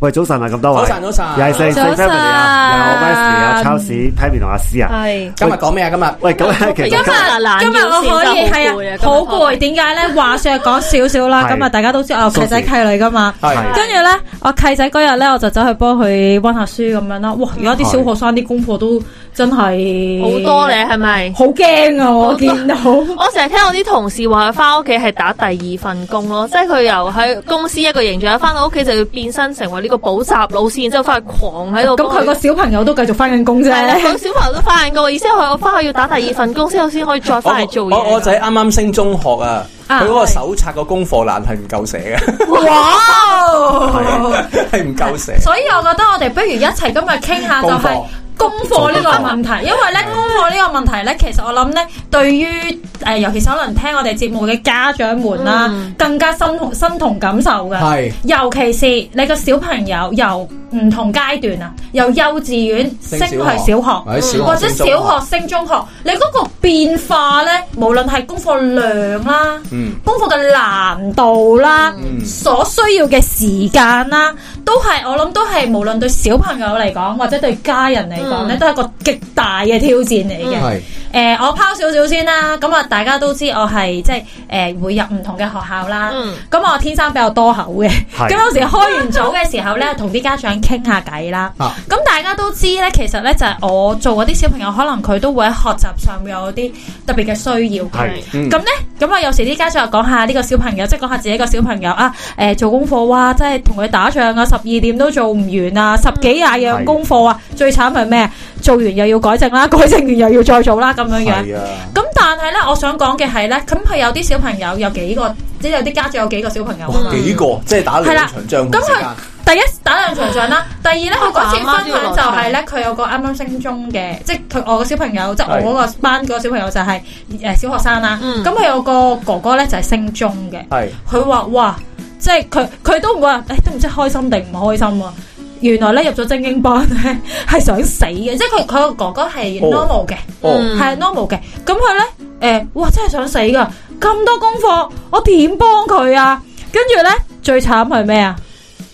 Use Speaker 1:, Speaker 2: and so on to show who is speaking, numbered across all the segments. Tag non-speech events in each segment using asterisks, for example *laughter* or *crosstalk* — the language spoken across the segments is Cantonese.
Speaker 1: 喂，早晨啊，咁多位，
Speaker 2: 早晨早晨
Speaker 1: 又係四四
Speaker 3: 早晨
Speaker 1: family 啊，有我 Wesley 啊、Charles、Pammy 同阿詩啊。
Speaker 3: 系。
Speaker 2: 今日講咩啊？今日
Speaker 1: 喂，咁咧其
Speaker 3: 今
Speaker 1: 實
Speaker 3: 日
Speaker 4: 今日我可以係啊，好攰。點解 *laughs* 咧？話説講少少啦，
Speaker 1: 係
Speaker 4: 咁啊大家都知我有契仔契女噶嘛。
Speaker 2: 係
Speaker 4: 跟住咧，我契仔嗰日咧，我就走去幫佢温下書咁樣啦。哇！而家啲小學生啲功課都真係
Speaker 3: 好多，咧，係咪？
Speaker 4: 好驚啊！我見 *laughs* 到
Speaker 3: 我成日聽我啲同事話，佢翻屋企係打第二份工咯，即係佢由喺公司一個形象，翻到屋企就要變身成為呢個補習老師，然之後翻去狂喺度
Speaker 4: 咁
Speaker 3: 幫。
Speaker 4: 佢個小朋友都繼續翻緊工啫。
Speaker 3: 係啦咁小朋友都翻緊工，意思係佢我翻去要打第二份工先，我先可以再翻嚟做嘢。啊
Speaker 2: 我我我仔啱啱升中學啊，
Speaker 4: 啊
Speaker 2: 佢嗰個手冊個功課欄係唔夠寫嘅，
Speaker 4: 哇！
Speaker 2: 係唔夠寫。
Speaker 4: 所以我覺得我哋不如一齊今日傾下就
Speaker 2: 功課
Speaker 4: 係功課呢個問題，因為咧功課呢個問題咧，其實我諗咧對於誒、呃尤其是可能聽我哋節目嘅家長們啦，
Speaker 3: 嗯
Speaker 4: 更加心同心同感受嘅。
Speaker 2: 係
Speaker 4: 尤其是你個小朋友由唔同階段啊，由幼稚園
Speaker 2: 升
Speaker 4: 升去
Speaker 2: 小學
Speaker 4: 小學，嗯
Speaker 2: 或者小學
Speaker 4: 或者
Speaker 2: 升中
Speaker 4: 小
Speaker 2: 學
Speaker 4: 學升中學，你嗰個變化咧，無論係功課量啦、
Speaker 2: 嗯
Speaker 4: 功課嘅難度啦、
Speaker 2: 嗯
Speaker 4: 所需要嘅時間啦，都係我諗都係無論對小朋友嚟講，或者對家人嚟講咧，
Speaker 3: 嗯
Speaker 4: 都係一個極大嘅挑戰嚟嘅。
Speaker 2: 係
Speaker 4: 誒、我拋少少先啦。咁啊，大家都知我係即係誒、會入唔同嘅學校啦。
Speaker 3: 嗯
Speaker 4: 咁、我天生比較多口嘅，
Speaker 1: 係
Speaker 4: *laughs* 咁有時開完組嘅時候咧，同啲家長傾下偈啦。
Speaker 2: 啊
Speaker 4: 咁大家都知咧，其實咧就係、我做嗰啲小朋友，可能佢都會喺學習上面有啲特別嘅需要嘅。
Speaker 1: 係
Speaker 2: 嗯
Speaker 4: 咁咧，咁啊有時啲家長又講下呢個小朋友，即係講下自己個小朋友啊，誒、做功課哇，即係同佢打仗啊，十二點都做唔完啊，十幾廿
Speaker 2: 嗯
Speaker 4: 樣功課啊，最慘係咩？做完又要改正啦， *laughs* 改正完又要再做啦，咁樣樣。
Speaker 2: 係啊，
Speaker 4: 咁但係咧，我想講嘅係咧，咁佢有啲小朋友有幾個，即係有啲家長有幾個小朋友啊
Speaker 2: 哇
Speaker 4: 嘛
Speaker 2: 幾個即係打
Speaker 4: 係
Speaker 2: 兩
Speaker 4: 啦
Speaker 2: 場仗
Speaker 4: 咁
Speaker 2: 嘅時
Speaker 4: 佢
Speaker 2: 間，
Speaker 4: 第一打兩場仗啦，第二咧佢嗰次
Speaker 3: 阿媽都
Speaker 4: 分
Speaker 3: 要
Speaker 4: 享
Speaker 3: 落
Speaker 4: 就
Speaker 3: 場
Speaker 4: 係咧，佢有個啱啱升中嘅，即係佢我個小朋友，即係
Speaker 2: 係
Speaker 4: 我嗰個班嗰個小朋友就係誒小學生啦。
Speaker 3: 嗯
Speaker 4: 咁佢有個哥哥咧就係升中嘅，
Speaker 2: 係
Speaker 4: 佢話哇，即係佢佢都唔話，誒都唔知開心定唔開心啊！原來咧入咗精英班咧係想死嘅，即係佢佢個哥哥係
Speaker 2: 哦
Speaker 4: normal 嘅。
Speaker 2: 哦
Speaker 3: 嗯
Speaker 4: 係 normal 嘅。咁佢咧，诶、哇，真係想死噶！咁多功課，我點幫佢啊？跟住咧，最慘係咩啊？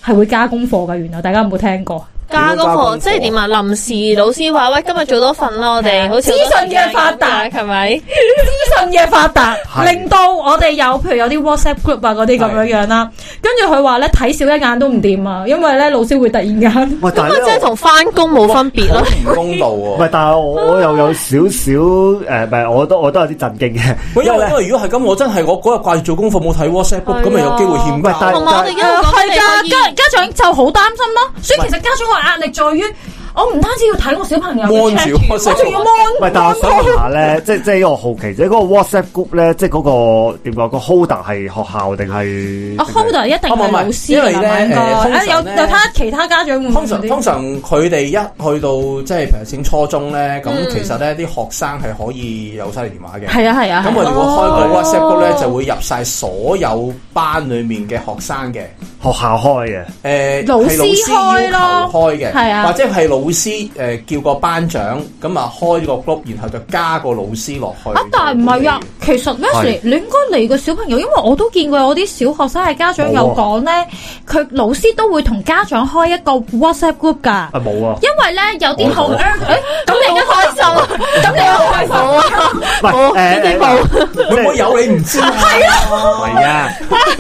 Speaker 4: 係會加功課噶，原來大家有冇聽
Speaker 2: *laughs*
Speaker 4: 過？
Speaker 3: 加嗰個即係點啊？臨時老師話：喂，今日做多份啦，我哋好似好多
Speaker 4: 資訊嘅發達
Speaker 3: 時間咁樣係咪？
Speaker 4: 資訊嘅發達，
Speaker 1: 係
Speaker 4: 令到我哋有譬如有啲 WhatsApp group 啊嗰啲咁樣樣啦。跟住佢話咧睇少一眼都唔掂啊，因為咧老師會突然間。
Speaker 1: 喂，但係
Speaker 3: 咁啊，即
Speaker 1: 咧
Speaker 3: 係同翻工冇分別咯。
Speaker 2: 好唔公道喎
Speaker 1: 我唔。係，但係我我又有少少誒，唔係我都我都有啲震驚嘅，
Speaker 2: 喂，因
Speaker 1: 因為
Speaker 2: 為因
Speaker 1: 咧
Speaker 2: 為如果係咁，我真係我嗰日掛住做功課冇睇 WhatsApp group，咁咪有機會欠
Speaker 1: 喂但
Speaker 2: 交
Speaker 1: 係
Speaker 3: 同。埋我哋一路講
Speaker 4: 係噶，
Speaker 3: 緊
Speaker 4: 家家長就好擔心咯。所以其實家長個壓力在於，我唔單止要睇我小朋友嘅
Speaker 2: 按
Speaker 4: check，
Speaker 2: 住 WhatsApp
Speaker 4: 我仲要
Speaker 2: group
Speaker 1: 喂，
Speaker 4: mon
Speaker 1: 但係我想問下咧，即係即係我好奇，即係嗰個 WhatsApp group 咧，即係嗰個點講個 holder 係學校定係？
Speaker 4: 啊，holder 一定係老師
Speaker 2: 因
Speaker 4: 㗎
Speaker 2: 為呢
Speaker 4: 啦，應該。
Speaker 2: 誒通
Speaker 4: 啊
Speaker 2: 常
Speaker 4: 有
Speaker 2: 呢
Speaker 4: 有睇下其他家長會唔會
Speaker 2: 通常
Speaker 4: 嗰啲
Speaker 2: 通常佢哋一去到即係譬如先初中咧，咁
Speaker 3: 嗯
Speaker 2: 其實咧啲學生係可以有手提電話嘅。
Speaker 4: 係啊係啊。
Speaker 2: 咁我
Speaker 4: 係
Speaker 2: 哋
Speaker 4: 啊
Speaker 2: 會開個 WhatsApp group 咧，就會入晒所有班裡面嘅學生嘅。
Speaker 1: 學校開嘅，啊
Speaker 2: 誒係
Speaker 4: 老
Speaker 2: 老
Speaker 4: 師
Speaker 2: 師
Speaker 4: 開
Speaker 2: 要
Speaker 4: 咯
Speaker 2: 求開嘅，
Speaker 4: 係啊
Speaker 2: 或者係老師誒、叫個班長咁啊開個 group，然後就加個老師落去。
Speaker 4: 啊，但係唔係啊？其實 Wesley，你應該嚟個小朋友，因為我都見過有啲小學生係家長有講咧，佢老師都會同家長開一個 WhatsApp group 㗎。
Speaker 1: 啊冇啊，
Speaker 4: 因為咧有啲好 urgent，誒咁你而家
Speaker 3: 開心啊，
Speaker 4: 咁你好開心啊！
Speaker 1: 喂
Speaker 3: 冇
Speaker 1: 誒
Speaker 3: 呢啲冇
Speaker 1: 即
Speaker 2: 會唔
Speaker 1: 係
Speaker 2: 會有你唔
Speaker 4: *laughs*
Speaker 2: 知？係啊，
Speaker 1: 唔係啊， *laughs*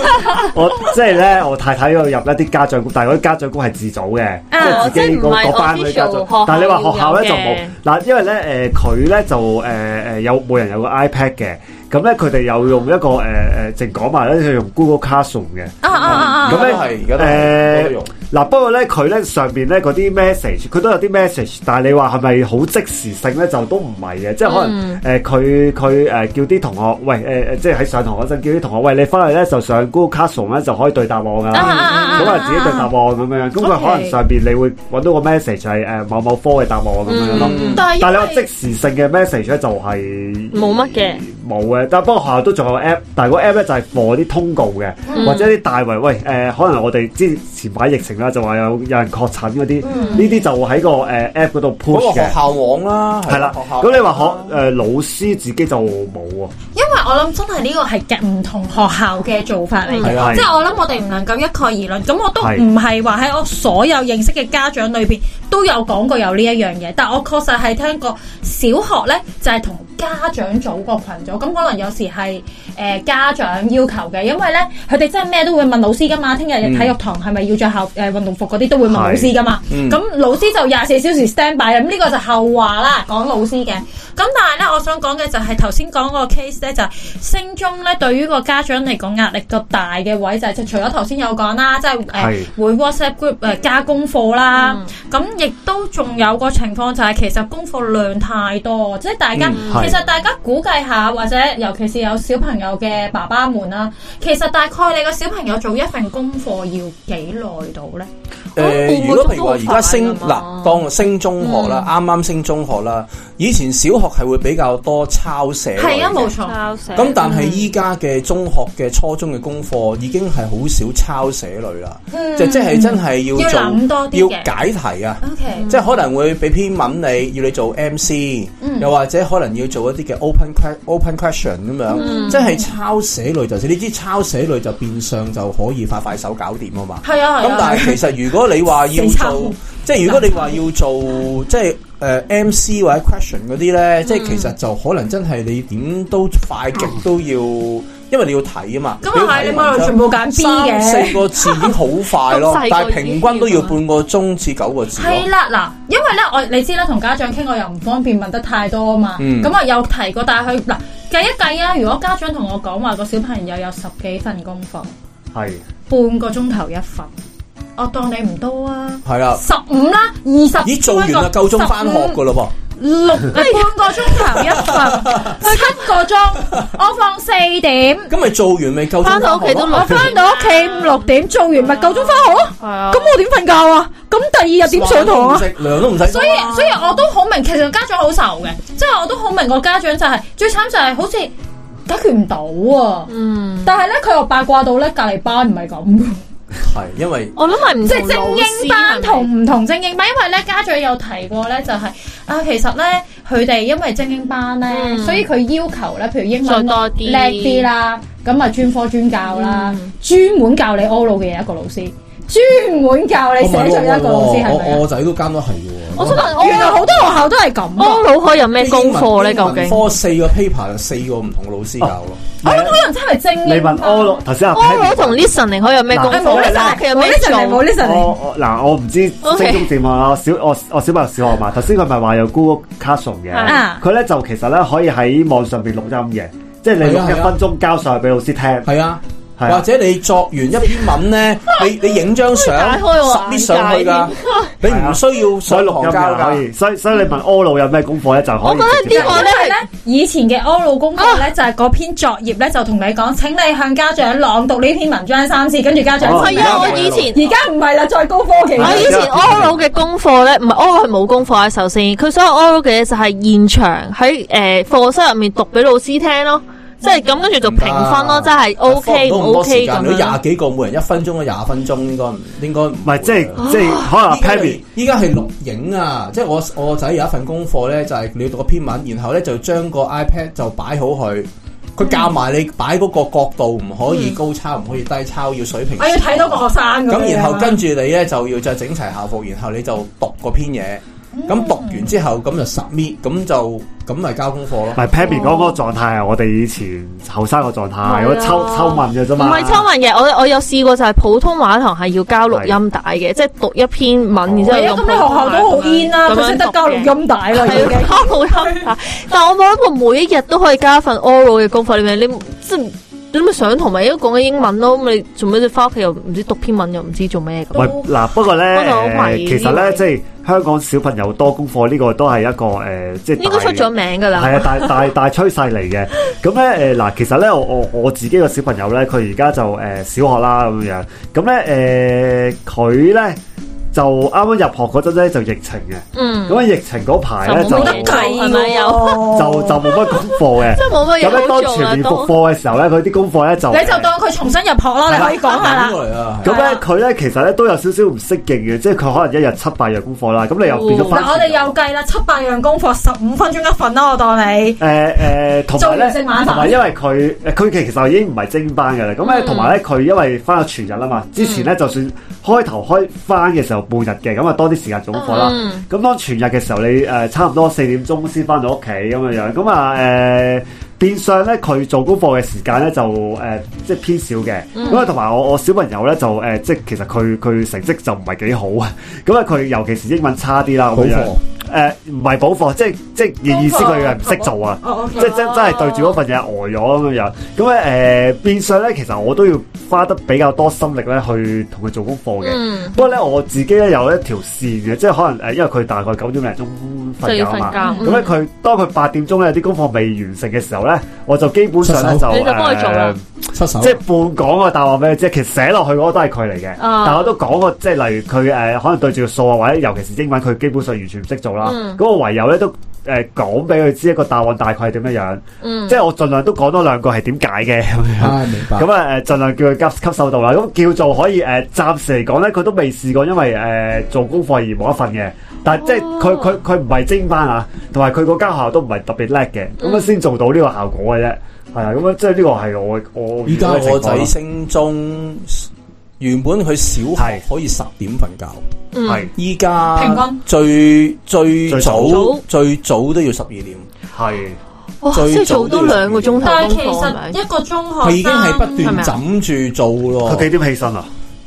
Speaker 1: 我即係咧，我太太要入一啲家長 group，但係嗰啲家長 group 係自組嘅，即
Speaker 3: 啊
Speaker 1: 係自己
Speaker 3: 即係唔
Speaker 1: 嗰
Speaker 3: 係
Speaker 1: 嗰班嗰啲家
Speaker 3: official 學
Speaker 1: 長
Speaker 3: 校。
Speaker 1: 但係你話學校咧就
Speaker 3: 要有
Speaker 1: 冇
Speaker 3: 嘅
Speaker 1: 嗱，因為咧誒佢咧就誒誒有每人有個 iPad 嘅，咁咧佢哋又用一個誒誒淨講埋咧，佢用 Google Classroom 嘅。
Speaker 4: 啊啊啊
Speaker 2: 咁
Speaker 1: 咁呃
Speaker 4: 啊！
Speaker 2: 咧
Speaker 1: 咧
Speaker 2: 係而家都係多用。
Speaker 1: 嗱，不過咧佢咧上邊咧嗰啲 message，佢都有啲 message，但係你話係咪好即時性咧，就都唔係嘅，即係可
Speaker 2: 嗯
Speaker 1: 能誒佢佢誒叫啲同學，喂誒誒、即係喺上堂嗰陣叫啲同學，喂你翻去咧就上 Google Classroom 咧就可以對答案㗎
Speaker 4: 啊啊
Speaker 1: 啦，
Speaker 4: 啊啊
Speaker 1: 咁啊自己對答案咁
Speaker 2: 嗯
Speaker 1: 樣，咁佢可
Speaker 4: OK
Speaker 1: 能上邊你會揾到個 message 係誒某某科嘅答案咁樣咯。
Speaker 2: 嗯
Speaker 3: 但係
Speaker 1: 但係你話
Speaker 3: 因為
Speaker 1: 即時性嘅 message 咧就係
Speaker 3: 冇乜嘅
Speaker 1: 冇嘅，但不過學校都仲有 app，但係個 app 咧就係 for 啲通告嘅，或者啲大圍喂誒、呃可能我哋之前排疫情啦，就話有有人確診嗰啲，呢啲、就喺個誒、呃 app 嗰度
Speaker 2: 嗰個
Speaker 1: push 嘅
Speaker 2: 學，校網啦，
Speaker 1: 係啦。
Speaker 2: 學校
Speaker 1: 咁你話學誒、呃老師自己就冇喎，
Speaker 4: 因為係我諗真係呢個係嘅唔同學校嘅做法嚟嘅。
Speaker 1: 嗯
Speaker 2: 係啊，
Speaker 4: 即係我諗我哋唔能夠一概而論，咁我都唔係話喺我所有認識嘅家長裏邊都有講過有呢一樣嘢，但我確實係聽過小學呢，就係、同家長組個群組，咁可能有時係誒、呃家長要求嘅，因為呢，佢哋真係咩都會問老師噶嘛，聽日嘅體育堂係咪要着校誒、呃、運動服嗰啲都會問老師噶嘛，
Speaker 2: 嗯
Speaker 4: 咁、老師就廿四小時 stand by 啦，咁呢個就後話啦，講老師嘅。咁但係咧，我想講嘅就係頭先講嗰個 case 咧，就係升中咧對於個家長嚟講壓力個大嘅位就係、除咗頭先有講啦，即係誒、呃
Speaker 1: 係
Speaker 4: 會 WhatsApp group 誒、呃加功課啦，咁亦、都仲有個情況就係其實功課量太多，即係大家、
Speaker 2: 嗯係
Speaker 4: 其實大家估計下，或者尤其是有小朋友嘅爸爸們啦，其實大概你個小朋友做一份功課要幾耐到咧？
Speaker 2: 誒、
Speaker 4: 哦
Speaker 3: 咁
Speaker 2: 呃如果譬如話
Speaker 3: 半個鐘都
Speaker 2: 而
Speaker 3: 好
Speaker 2: 家升
Speaker 3: 快㗎嘛
Speaker 2: 嗱，當升中學
Speaker 4: 嗯
Speaker 2: 啦，啱啱、升中學啦，以前小學係會比較多抄寫，
Speaker 4: 係啊，冇。錯。
Speaker 3: 抄寫
Speaker 2: 咁但係
Speaker 4: 嗯
Speaker 2: 依家嘅中學嘅初中嘅功課已經係好少抄寫類啦，
Speaker 4: 嗯
Speaker 2: 就即係真係要
Speaker 4: 要
Speaker 2: 做
Speaker 4: 諗多啲
Speaker 2: 要
Speaker 4: 嘅嗯
Speaker 2: 解題啊。
Speaker 4: OK，
Speaker 2: 即係可能會俾篇文你，要你做 MC，、
Speaker 4: 嗯
Speaker 2: 又或者可能要做一啲嘅 open que- open question 咁樣，
Speaker 4: 嗯
Speaker 2: 即係抄寫類就係呢啲抄寫類就變相就可以快快手搞掂啊嘛。
Speaker 4: 係啊係
Speaker 2: 咁
Speaker 4: 啊。
Speaker 2: 但係其實如果你話要
Speaker 4: *laughs* 死抄
Speaker 2: 做，即係如果你話要做即係誒 MC 或者 question 嗰啲咧，
Speaker 4: 嗯
Speaker 2: 即係其實就可能真係你點都快極都要，因為你要睇啊嘛。
Speaker 4: 咁啊係，
Speaker 2: 要睇
Speaker 4: 你咪
Speaker 2: 文章
Speaker 4: 全部揀 B
Speaker 2: 三
Speaker 4: 嘅
Speaker 2: 四。個字已經好快
Speaker 4: *laughs*
Speaker 3: 咁細
Speaker 2: 咯
Speaker 3: 個，
Speaker 2: 但係平均都
Speaker 3: 已經
Speaker 2: 要
Speaker 3: 要啊
Speaker 2: 半個鐘至九個字咯。
Speaker 4: 係啦，嗱，因為咧，我你知啦，同家長傾我又唔方便問得太多啊嘛。
Speaker 2: 嗯
Speaker 4: 咁啊、有提過，但係佢嗱計一計啊，如果家長同我講話個小朋友有十幾份功課，
Speaker 1: 係
Speaker 4: 半個鐘頭一份，我當你唔多啊。
Speaker 2: 係啦。
Speaker 4: 十五啦，二十
Speaker 2: 咦，做完啦，夠鐘翻學噶咯
Speaker 4: 六半個鐘頭一份，
Speaker 2: *laughs*
Speaker 4: 七個鐘，我放四點，
Speaker 2: 噃，咁咪做完咪夠鐘
Speaker 3: 翻到屋企都
Speaker 2: 返學咯
Speaker 4: 我
Speaker 3: 六
Speaker 4: 翻到屋企五六點，做完咪夠鐘翻學咯。
Speaker 3: 係啊
Speaker 4: 咁我點瞓覺啊？咁第二日點上堂
Speaker 2: 飯都
Speaker 4: 啊？
Speaker 2: 唔食，糧都唔使。
Speaker 4: 所以所以我都好明，其實家長好愁嘅，即係我都好明個家長就係、最慘就係好似解決唔到啊！
Speaker 3: 嗯，
Speaker 4: 但係咧佢又八卦到咧隔離班唔係咁，
Speaker 2: 係因為
Speaker 3: 我諗係唔
Speaker 4: 即係
Speaker 3: 同老
Speaker 4: 精
Speaker 3: 師
Speaker 4: 英班
Speaker 3: 係咪
Speaker 4: 同唔同精英班，因為咧家長有提過咧就係、啊，其實咧佢哋因為精英班咧，
Speaker 3: 嗯
Speaker 4: 所以佢要求咧，譬如英文
Speaker 3: 再多啲
Speaker 4: 叻啲啦，咁啊專科專教啦，專門教你 O 腦嘅一個老師，專門教你
Speaker 2: 我
Speaker 4: 寫作嘅一個老師係咪
Speaker 2: 我
Speaker 4: 啊？
Speaker 2: 我仔都監得係嘅喎。
Speaker 3: 我想問
Speaker 4: 原來
Speaker 3: 安
Speaker 4: 好多學校都係咁㗎
Speaker 3: 安老可以有咩功課咧？
Speaker 2: 英
Speaker 3: 究
Speaker 2: 文
Speaker 3: 竟哦
Speaker 2: 科四個 paper 就四個唔同老師教咯。
Speaker 4: 我諗可能真係精英
Speaker 1: 啊你問柯老頭先阿
Speaker 3: 安老
Speaker 1: Pam
Speaker 3: 同 listening 可以有咩
Speaker 1: 誒
Speaker 4: 誒
Speaker 3: 功
Speaker 4: 哎冇
Speaker 3: 課
Speaker 1: listen，
Speaker 3: 咧？翻屋企有咩
Speaker 4: 冇
Speaker 3: 做？
Speaker 4: listen
Speaker 1: 我
Speaker 4: 嚟，
Speaker 1: 我嗱，我唔知
Speaker 3: OK
Speaker 1: 升中點啊！我小我我小朋友小學嘛，頭先佢咪話有 Google Classroom 嘅
Speaker 4: 啊，
Speaker 1: 佢咧就其實咧可以喺網上邊錄音嘅，即係你
Speaker 2: 係啊
Speaker 1: 錄
Speaker 2: 係
Speaker 1: 一
Speaker 2: 啊
Speaker 1: 分鐘交上去俾老師聽，
Speaker 2: 係啊。
Speaker 1: 係啊
Speaker 2: 或者你作完一篇文
Speaker 3: *laughs*
Speaker 2: 咧，你你影張相
Speaker 3: 打開我
Speaker 2: submit
Speaker 3: 眼
Speaker 2: 上去
Speaker 3: 界 *laughs*
Speaker 2: 㗎，你唔需要
Speaker 1: 所以
Speaker 2: 上
Speaker 1: 錄
Speaker 2: 堂
Speaker 1: 音
Speaker 2: 交
Speaker 1: 嘅可
Speaker 2: 㗎。
Speaker 1: 以。所以所以你問柯老有咩功課咧，就可
Speaker 3: 我
Speaker 1: 以
Speaker 3: 覺得
Speaker 1: 直接
Speaker 3: 呢個
Speaker 4: 因
Speaker 3: 咧
Speaker 4: 為咧以前嘅 oral 功課
Speaker 3: 啊
Speaker 4: 咧就係嗰篇作業咧就同你講，請你向家長朗讀呢篇文章三次，跟住家長
Speaker 1: 哦
Speaker 3: 係啊，我以前
Speaker 4: 而家唔係啦，再高科技啦
Speaker 3: 我以前 oral 嘅功課咧，唔係 oral 係冇功課嘅。啊首先，佢所有 oral 嘅嘢就係現場喺誒課室入面讀俾老師聽咯，即係咁跟住就評分咯，即係 O K
Speaker 2: 啊都
Speaker 3: 唔 O
Speaker 2: 多時
Speaker 3: K
Speaker 2: 間，
Speaker 3: 咁
Speaker 2: 如果
Speaker 3: 樣
Speaker 2: 廿。幾個，每人一分鐘啊，廿分鐘應該唔應該唔
Speaker 1: 唔係即
Speaker 2: 會啊
Speaker 1: 係即係可能阿
Speaker 2: 依家
Speaker 1: Pammy
Speaker 2: 係依家係錄影啊！即係我我仔有一份功課咧，就係、你要讀個篇文，然後咧就將個 iPad 就擺好佢，佢教埋
Speaker 3: 嗯
Speaker 2: 你擺嗰個角度，唔可以高抄，唔可以低抄，要水平。
Speaker 4: 我要睇到個學生
Speaker 2: 咁，然後
Speaker 4: 樣
Speaker 2: 跟住你咧就要再整齊校服，然後你就讀嗰篇嘢。咁讀完之後，咁就 submit，咁就咁咪交功課咯
Speaker 1: 唔。係 Pammy 嗰個狀態係我哋以前後生個狀態，我抽抽問嘅啫
Speaker 3: 唔
Speaker 1: 嘛。
Speaker 3: 係抽文嘅，我我有試過就係普通話堂係要交錄音帶嘅，即係讀一篇文，然之後
Speaker 4: 係啊，
Speaker 3: 用
Speaker 4: 咁
Speaker 3: 普
Speaker 4: 你
Speaker 3: 通話
Speaker 4: 學校都好
Speaker 3: 咁樣
Speaker 4: in 啦，
Speaker 3: 咁
Speaker 4: 佢
Speaker 3: 樣
Speaker 4: 識得
Speaker 3: 讀
Speaker 4: 交
Speaker 3: 嘅
Speaker 4: 錄音帶啦，已經
Speaker 3: 係啊，好音打，但我冇諗過每一日都可以加一份 oral 嘅功課，你咪你即係你咪上堂咪一講緊英文咯，咁你做咩？你翻屋企又唔知讀篇文，又唔知做咩咁。
Speaker 1: 喂，嗱，不過咧，
Speaker 3: 不過好迷
Speaker 1: 誒其實
Speaker 3: 呢
Speaker 1: 咧，
Speaker 3: 位
Speaker 1: 即係香港小朋友多功課呢個都係一個誒，即係
Speaker 3: 應該出
Speaker 1: 大
Speaker 3: 咗名㗎
Speaker 1: 係
Speaker 3: 啦，
Speaker 1: 啊，大大大趨勢嚟
Speaker 3: *laughs*
Speaker 1: 嘅。咁咧誒嗱，其實咧我我我自己個小朋友咧，佢而家就誒、呃小學啦咁樣。咁咧誒佢咧就啱啱入學嗰陣咧就疫情嘅，
Speaker 3: 嗯，
Speaker 1: 咁啊疫情嗰排咧
Speaker 3: 就
Speaker 1: 就
Speaker 3: 冇
Speaker 1: 就
Speaker 3: 得
Speaker 1: 就
Speaker 3: 計係咪啊有
Speaker 1: 就冇乜功課嘅。
Speaker 3: *laughs* 真係冇
Speaker 1: 咁
Speaker 3: 乜嘢
Speaker 1: 咧
Speaker 3: 好
Speaker 1: 當
Speaker 3: 做
Speaker 1: 全
Speaker 3: 啦，
Speaker 1: 面復
Speaker 3: 都
Speaker 1: 課嘅時候咧，佢啲功課咧就
Speaker 4: 你就當佢重新入學啦，你可以講下啦。
Speaker 2: 啊，
Speaker 1: 咁咧，佢咧其實咧都有少少唔適應嘅，即係佢可能一日七八樣功課啦。咁你又
Speaker 3: 哦
Speaker 1: 變咗翻
Speaker 4: 嗱，我哋又計啦，七八樣功課，十五分鐘一份啦，我當你。
Speaker 1: 誒誒，呃同埋
Speaker 4: 做完食
Speaker 1: 咧，
Speaker 4: 晚飯嗯
Speaker 1: 同埋因為佢誒佢其實已經唔係精班嘅啦。咁咧，啊同埋咧佢因為翻咗全日啊嘛，之前咧就算開頭開翻嘅時候半日嘅，咁啊多啲時間做功課啦
Speaker 3: 嗯。
Speaker 1: 咁當全日嘅時候，你誒差唔多四點鐘先翻到屋企咁樣樣，咁啊誒。變相咧，佢做功課嘅時間咧就誒、即係偏少嘅。
Speaker 4: 嗯
Speaker 1: 咁啊，同埋我我小朋友咧就誒、呃即係其實佢佢成績就唔係幾好啊。 *laughs* 咁啊，佢尤其是英文差啲啦咁樣。誒唔係補課，即係即係意思佢係唔識做啊！
Speaker 4: 哦
Speaker 1: 即係真真係對住嗰份嘢呆咗咁樣樣，咁咧誒變相咧，其實我都要花得比較多心力咧去同佢做功課嘅。
Speaker 3: 嗯
Speaker 1: 不過咧，我自己咧有一條線嘅，即係可能誒，因為佢大概九點零鐘瞓
Speaker 3: 就
Speaker 1: 覺
Speaker 3: 要
Speaker 1: 啊嘛。
Speaker 3: 瞓
Speaker 1: 咁
Speaker 3: 覺，嗯
Speaker 1: 咧，佢當佢八點鐘咧啲功課未完成嘅時候咧，我就基本上咧
Speaker 2: 出手
Speaker 1: 就
Speaker 3: 你就幫佢做啊啦
Speaker 1: 誒
Speaker 2: 出手，
Speaker 1: 即係半講個答案俾佢知，其實寫落去嗰個都係佢嚟嘅。
Speaker 3: 啊
Speaker 1: 但我都講過，即係例如佢誒、呃可能對住個數啊，或者尤其是英文，佢基本上完全唔識做啦。咁、
Speaker 3: 嗯
Speaker 1: 我唯有咧都誒講俾佢知一個答案大概係點樣樣，
Speaker 3: 嗯，
Speaker 1: 即係我盡量都講多兩個係點解嘅咁樣。
Speaker 2: 啊，明白。
Speaker 1: 咁啊誒，盡量叫佢吸吸收到啦。咁叫做可以誒、呃，暫時嚟講咧，佢都未試過，因為誒、呃做功課而冇一份嘅。但係即係
Speaker 4: 哦
Speaker 1: 佢佢佢唔係精班啊，同埋佢嗰間學校都唔係特別叻嘅，
Speaker 4: 嗯
Speaker 1: 咁啊先做到呢個效果嘅啫。係啊，咁啊即係呢個係我我
Speaker 2: 依家
Speaker 1: 遇到嘅情況啊
Speaker 2: 我仔
Speaker 1: 咯
Speaker 2: 升中，原本佢小學
Speaker 1: 係
Speaker 2: 可以十點瞓覺，
Speaker 3: 嗯
Speaker 1: 係
Speaker 2: 依家
Speaker 4: 平均
Speaker 2: 最最
Speaker 1: 最
Speaker 2: 早
Speaker 3: 早
Speaker 2: 最早都要十二點，
Speaker 4: 嗯
Speaker 1: 係
Speaker 3: 哇，
Speaker 2: 最
Speaker 3: 即係
Speaker 2: 早
Speaker 3: 做多
Speaker 2: 都要
Speaker 3: 兩個鐘頭
Speaker 4: 但係
Speaker 3: 功
Speaker 4: 其
Speaker 3: 課係咪
Speaker 4: 實一個中學
Speaker 2: 佢
Speaker 4: 生
Speaker 2: 已經係不
Speaker 3: 係咪
Speaker 2: 斷
Speaker 3: 啊
Speaker 2: 枕住做咯
Speaker 1: 佢。幾點起身啊？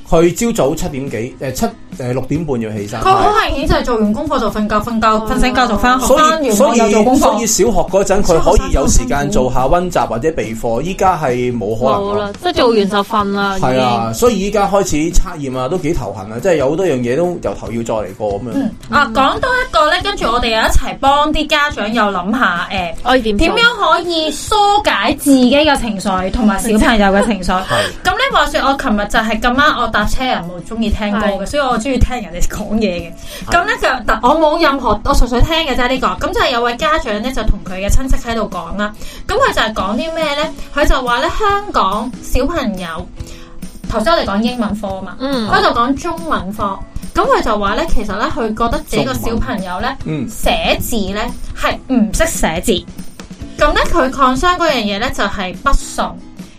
Speaker 2: 佢朝早七點幾，誒七誒六點半要起身
Speaker 4: 佢。好明顯就係做完功課就瞓覺，瞓覺瞓醒覺就翻學，
Speaker 2: 所
Speaker 4: 翻
Speaker 2: 以
Speaker 4: 哦完
Speaker 2: 所
Speaker 4: 學又做
Speaker 2: 以
Speaker 4: 功
Speaker 2: 所以
Speaker 4: 課。
Speaker 2: 小學嗰陣佢可以有時間做下温習或者備課，依家係冇可能
Speaker 3: 冇
Speaker 2: 咯
Speaker 3: 啦，。即係做完就瞓啦，已
Speaker 2: 系啊，
Speaker 3: 經
Speaker 2: 所以依家開始測驗啊，都幾頭痕啊，即係有好多樣嘢都由頭要再嚟過咁樣。
Speaker 4: 嗯啊，講多一個咧，跟住我哋又一齊幫啲家長又諗下誒。
Speaker 3: 我哋點
Speaker 4: 點
Speaker 3: 做
Speaker 4: 樣可以疏解自己嘅情緒同埋小朋友嘅
Speaker 3: *laughs*
Speaker 4: 情緒？咁咧話說，我琴日就係咁啊啱，我搭車人冇中意聽歌嘅，
Speaker 3: 係
Speaker 4: 所以我中意聽人哋講嘢嘅。咁咧就，但我冇任何，我純粹聽嘅啫呢個。咁就係有位家長咧就同佢嘅親戚喺度講啦。咁佢就係講啲咩咧？佢就話咧香港小朋友，頭先我哋講英文科嘛，
Speaker 3: 嗯
Speaker 4: 佢就講中文科。咁佢就話咧，其實咧佢覺得自己個小朋友咧。
Speaker 2: 嗯，
Speaker 4: 寫字咧係唔識寫字，咁咧佢 concern 嗰樣嘢咧就係不順，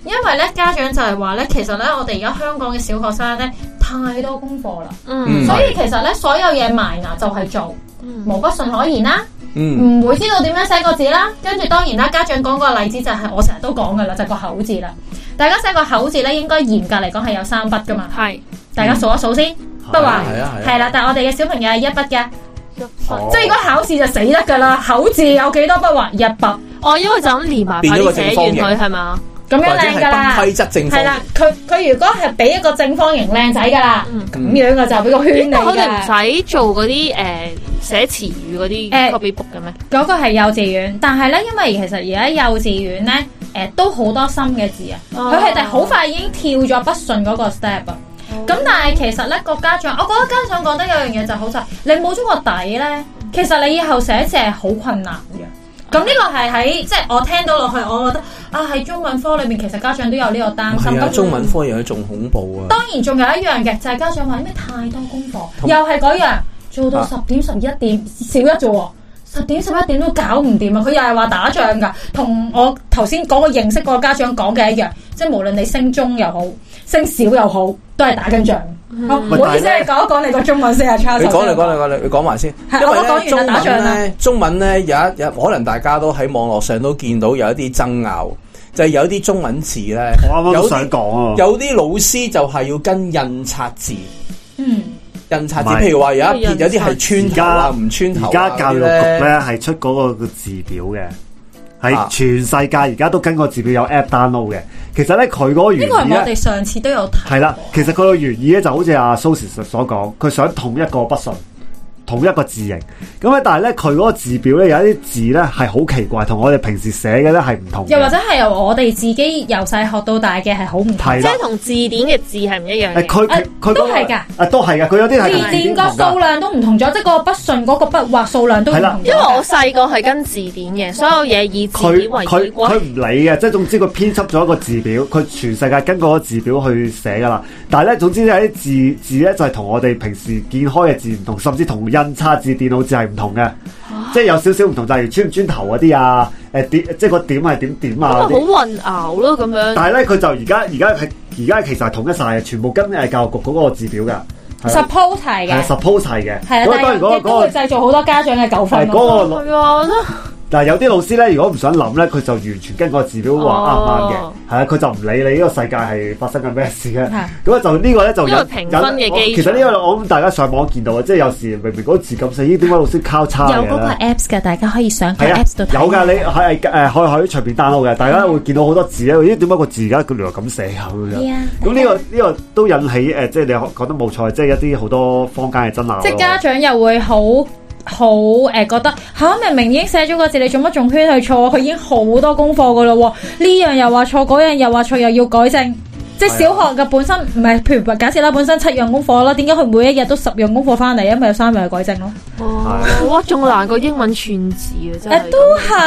Speaker 4: 因為咧家長就係話咧，其實咧我哋而家香港嘅小學生咧太多功課啦，
Speaker 2: 嗯
Speaker 3: 嗯
Speaker 4: 所以其實咧所有嘢埋牙就係做，
Speaker 3: 嗯
Speaker 4: 無不順可言啦，
Speaker 2: 嗯，
Speaker 4: 唔會知道點樣寫個字啦。跟住當然啦，家長講個例子就係我成日都講噶啦，就係個口字啦。大家寫個口字咧，應該嚴格嚟講係有三筆噶嘛，
Speaker 3: 係
Speaker 4: 大家數一數先，不話
Speaker 2: 係啊係啊
Speaker 4: 係啦，但係我哋嘅小朋友係一筆嘅。
Speaker 1: 哦
Speaker 4: 即係如果考試就死得噶啦，口字有幾多筆畫一筆
Speaker 3: 哦，因為就咁連埋快
Speaker 2: 變咗個
Speaker 3: 啲
Speaker 2: 正
Speaker 3: 寫
Speaker 2: 方
Speaker 3: 完
Speaker 2: 形
Speaker 3: 佢係啊嘛，
Speaker 4: 咁
Speaker 2: 或
Speaker 4: 樣
Speaker 2: 者
Speaker 4: 靚
Speaker 2: 係
Speaker 4: 噶啦
Speaker 2: 不，規則正
Speaker 4: 係
Speaker 2: 方
Speaker 4: 啦，佢佢如果係俾一個正方形靚仔噶啦，
Speaker 3: 嗯
Speaker 4: 咁樣嘅就俾個圈
Speaker 3: 因
Speaker 4: 你
Speaker 3: 為佢哋唔
Speaker 4: 嘅。
Speaker 3: 使做嗰啲誒寫詞語
Speaker 4: 誒
Speaker 3: 嗰啲 copy book 嘅咩？
Speaker 4: 嗰個係幼稚園，但係咧，因為其實而家幼稚園咧，誒都好多新嘅字啊，
Speaker 3: 哦
Speaker 4: 佢係哋好快已經跳咗不順嗰個 step 啊。咁但係其實咧個家長，我覺得家長講得有樣嘢就好就係你冇咗個底咧，其實你以後寫字係好困難嘅。咁呢個係喺即係我聽到落去，我覺得啊喺中文科裏面，其實家長都有呢個
Speaker 2: 唔
Speaker 4: 擔心。
Speaker 2: 係啊，
Speaker 4: 咁
Speaker 2: 中文科有嘢仲恐怖啊！
Speaker 4: 當然仲有一樣嘅，就係、家長話咩太多功課，
Speaker 2: 同
Speaker 4: 又係嗰樣做到
Speaker 2: 啊
Speaker 4: 十點十一點小一啫喎。十點十一點都搞唔掂啊！佢又係話打仗㗎，同我頭先講我認識嗰個家長講嘅一樣，即係無論你升中又好，升小又好，都係打緊仗。
Speaker 3: 嗯
Speaker 4: 好唔好意思，你講一講你個中文先啊，Charles。
Speaker 2: 你講嚟講嚟講嚟，你講埋先。
Speaker 4: 係
Speaker 2: 因為
Speaker 4: 我都
Speaker 2: 咧
Speaker 4: 講完
Speaker 2: 中
Speaker 4: 啦打仗
Speaker 2: 文
Speaker 4: 啦
Speaker 2: 咧，中文咧有一有可能大家都喺網絡上都見到有一啲爭拗，就係有啲中文字咧，
Speaker 1: 我啱啱都
Speaker 2: 有
Speaker 1: 想
Speaker 2: 啲
Speaker 1: 講啊，
Speaker 2: 有啲老師就係要跟印刷字。
Speaker 4: 嗯，
Speaker 2: 印刷字，
Speaker 1: 唔係
Speaker 2: 譬如話有一
Speaker 3: 咩
Speaker 2: 片
Speaker 3: 印
Speaker 2: 有啲
Speaker 3: 刷
Speaker 2: 係
Speaker 1: 字
Speaker 2: 穿頭啊，唔穿頭啊
Speaker 1: 而家教育局
Speaker 2: 嗰啲
Speaker 1: 咧係出嗰個字表嘅，
Speaker 2: 啊
Speaker 1: 係全世界而家都跟個字表有 app download 嘅。其實咧佢嗰個
Speaker 4: 呢
Speaker 1: 原
Speaker 4: 個
Speaker 2: 啊
Speaker 4: 係
Speaker 1: 意
Speaker 4: 我
Speaker 1: 咧
Speaker 4: 哋上次都有提。
Speaker 1: 係啦，其實佢個原意咧就好似阿蘇 Sir 所講，佢想統一個筆順，統一個字形。咁咧，但係咧佢嗰個字表咧有一啲字咧係好奇怪，同我哋平時寫嘅咧係唔同嘅。
Speaker 4: 又或者係由我哋自己由細學到大嘅係好唔同。
Speaker 1: 係
Speaker 3: 即
Speaker 1: 啦
Speaker 3: 係，同字典嘅字係唔一
Speaker 1: 誒
Speaker 3: 樣嘅。
Speaker 1: 佢
Speaker 4: 啊
Speaker 1: 佢佢嗰個
Speaker 4: 都係㗎
Speaker 1: 啊都係㗎，佢有啲係同
Speaker 4: 字典個
Speaker 1: 同㗎
Speaker 4: 數量都唔同咗，即係個筆順嗰個筆畫數量都唔
Speaker 1: 係啦
Speaker 4: 同咗。
Speaker 3: 因為我細個係跟字典嘅，所有嘢以字
Speaker 1: 佢
Speaker 3: 典為
Speaker 1: 佢
Speaker 3: 依
Speaker 1: 佢
Speaker 3: 歸。
Speaker 1: 唔理嘅，即係總之佢編輯咗一個字表，佢全世界跟嗰個字表去寫噶啦。但係咧，總之有啲字字咧就係同我哋平時見開嘅字唔同，甚至同印刷字、電腦字係唔同嘅，
Speaker 4: 啊
Speaker 1: 即係有少少唔同，就係例如穿唔穿頭嗰啲啊，誒點即係個點係點點
Speaker 3: 咁咪
Speaker 1: 啊
Speaker 3: 好
Speaker 1: 嗰啲。
Speaker 3: 混淆咯，咁樣。
Speaker 1: 但係咧，佢就而家而家係而家其實係統一晒嘅，全部跟誒教育局嗰個字表噶，係啊
Speaker 4: suppose 係
Speaker 1: 係啊
Speaker 4: 嘅，
Speaker 1: suppose 係嘅。
Speaker 4: 係啊，
Speaker 1: 咁
Speaker 4: 但
Speaker 1: 當然嗰
Speaker 4: 係亦
Speaker 1: 個
Speaker 4: 都
Speaker 1: 嗰
Speaker 4: 會
Speaker 1: 個
Speaker 4: 製造好多家長嘅糾
Speaker 1: 係
Speaker 4: 紛
Speaker 1: 嗰個老
Speaker 4: 咯。
Speaker 3: 係啊，都
Speaker 1: 嗱，有啲老師咧，如果唔想諗咧，佢就完全跟個字表話啱唔啱嘅，
Speaker 3: 哦
Speaker 1: 係啊，佢就唔理你呢個世界係發生緊咩事嘅。
Speaker 4: 係
Speaker 1: 咁啊，就呢個咧就有
Speaker 3: 因為評分嘅
Speaker 1: 有
Speaker 3: 基礎
Speaker 1: 其實呢個我諗大家上網見到啊，即係有時明明嗰個字咁細，咦點解老師交叉嘅
Speaker 4: 有嗰個 apps 嘅，大家可以上個
Speaker 1: 啊係啊
Speaker 4: apps 度，睇。
Speaker 1: 有㗎，你係誒可以可以隨便 download 嘅，大家會見到好多字咧。咦，點解個字而家佢原來咁寫啊咁樣？咁呢個呢個都引起誒，即係你講得冇錯，即係一啲好多坊間嘅爭拗。
Speaker 4: 即係家，長又會好好誒覺得吓、明明已經寫咗個字，你做乜仲圈去錯？佢已經好多功課噶咯喎，呢樣又話錯，嗰樣又話錯，又要改正。即係
Speaker 1: 係啊
Speaker 4: 小學嘅本身唔係，譬如假設啦，本身七樣功課啦，點解佢每一日都十樣功課翻嚟？因為有三樣係改正咯。
Speaker 2: 啊
Speaker 3: 哦哇，仲難過英文串字啊，真
Speaker 4: 誒、
Speaker 3: 係。
Speaker 4: 都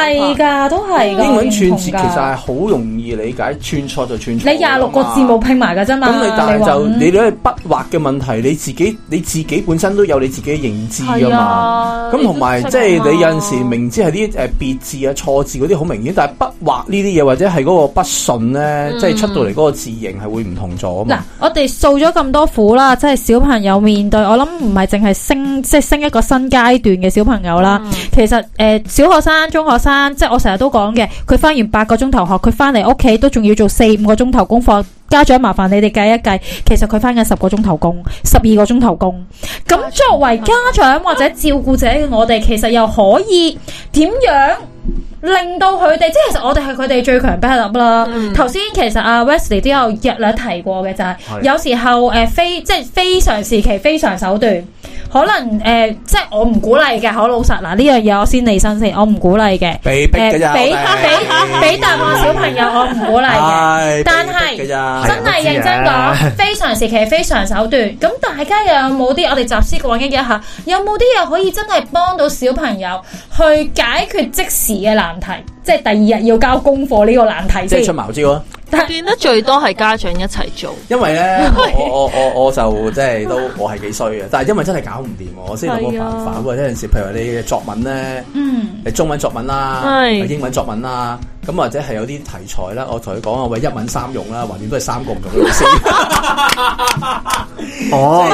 Speaker 4: 係㗎，都係㗎。
Speaker 2: 英文串字其
Speaker 4: 唔同
Speaker 2: 實
Speaker 4: 㗎
Speaker 2: 係好容易理解，串錯就串錯㗎嘛。
Speaker 4: 你廿六個字母拼埋㗎啫嘛。
Speaker 2: 咁你但係
Speaker 4: 話
Speaker 2: 就
Speaker 4: 嗯
Speaker 2: 你哋筆畫嘅問題，你自己你自己本身都有你自己嘅認知㗎
Speaker 3: 係
Speaker 2: 嘛。
Speaker 3: 啊。
Speaker 2: 咁同埋即係你有陣時
Speaker 3: 明。
Speaker 2: 明知係啲誒別字啊錯字嗰啲好明顯，但係筆畫呢啲嘢或者係嗰個筆順咧，即係出到嚟嗰個字形係會唔同咗啊
Speaker 4: 嗱
Speaker 2: 嘛。，
Speaker 4: 我哋掃咗咁多苦啦，即係小朋友面對，我諗唔係淨係升，即係升一個新階段嘅小朋友啦。其實誒、呃小學生、中學生，即係我成日都講嘅，佢翻完八個鐘頭學，佢翻嚟屋企都仲要做四五個鐘頭功課。家長麻煩你哋計一計，其實佢翻緊十個鐘頭工，十二個鐘頭工。咁作為家長或者照顧者嘅我哋，其實又可以點樣？令到佢哋，即係其實我哋係佢哋最強 b a c 啦。
Speaker 2: 嗯
Speaker 4: 頭先、其實阿 Wesley 都有日兩提過嘅，就係、
Speaker 1: 係
Speaker 4: 有時候誒、呃非即係非常時期、非常手段，可能誒、呃即係我唔鼓勵嘅，好老實嗱，呢樣嘢我先離身先，我唔鼓勵嘅。呃
Speaker 2: 被逼㗎咋，
Speaker 4: 俾
Speaker 2: 我哋
Speaker 4: 俾俾答案小朋友，我唔鼓勵嘅。
Speaker 2: 係
Speaker 4: 但
Speaker 2: 被逼㗎咋啊
Speaker 1: 係
Speaker 4: 真係認真
Speaker 1: 我知
Speaker 4: 講，非常時期非常手段。咁大家又有冇啲我哋集思廣益一下，有冇啲嘢可以真係幫到小朋友去解決即時嘅難題，即係第二日要交功課呢個難題
Speaker 2: 即係出
Speaker 4: 先？
Speaker 2: 茅招啊！
Speaker 4: 但
Speaker 3: 見得最多係家長一齊做，
Speaker 2: 因為咧，我我我我就即係都我係幾衰嘅，但係因為真係搞唔掂，我先諗個辦法。喂，有陣時譬如話你嘅作文咧，
Speaker 4: 嗯，
Speaker 2: 你中文作文啦，
Speaker 3: 係
Speaker 2: 英文作文啦，咁或者係有啲題材啦，我同佢講啊，喂，一文三用啦，橫掂都係三個唔同嘅意思。
Speaker 1: 哦，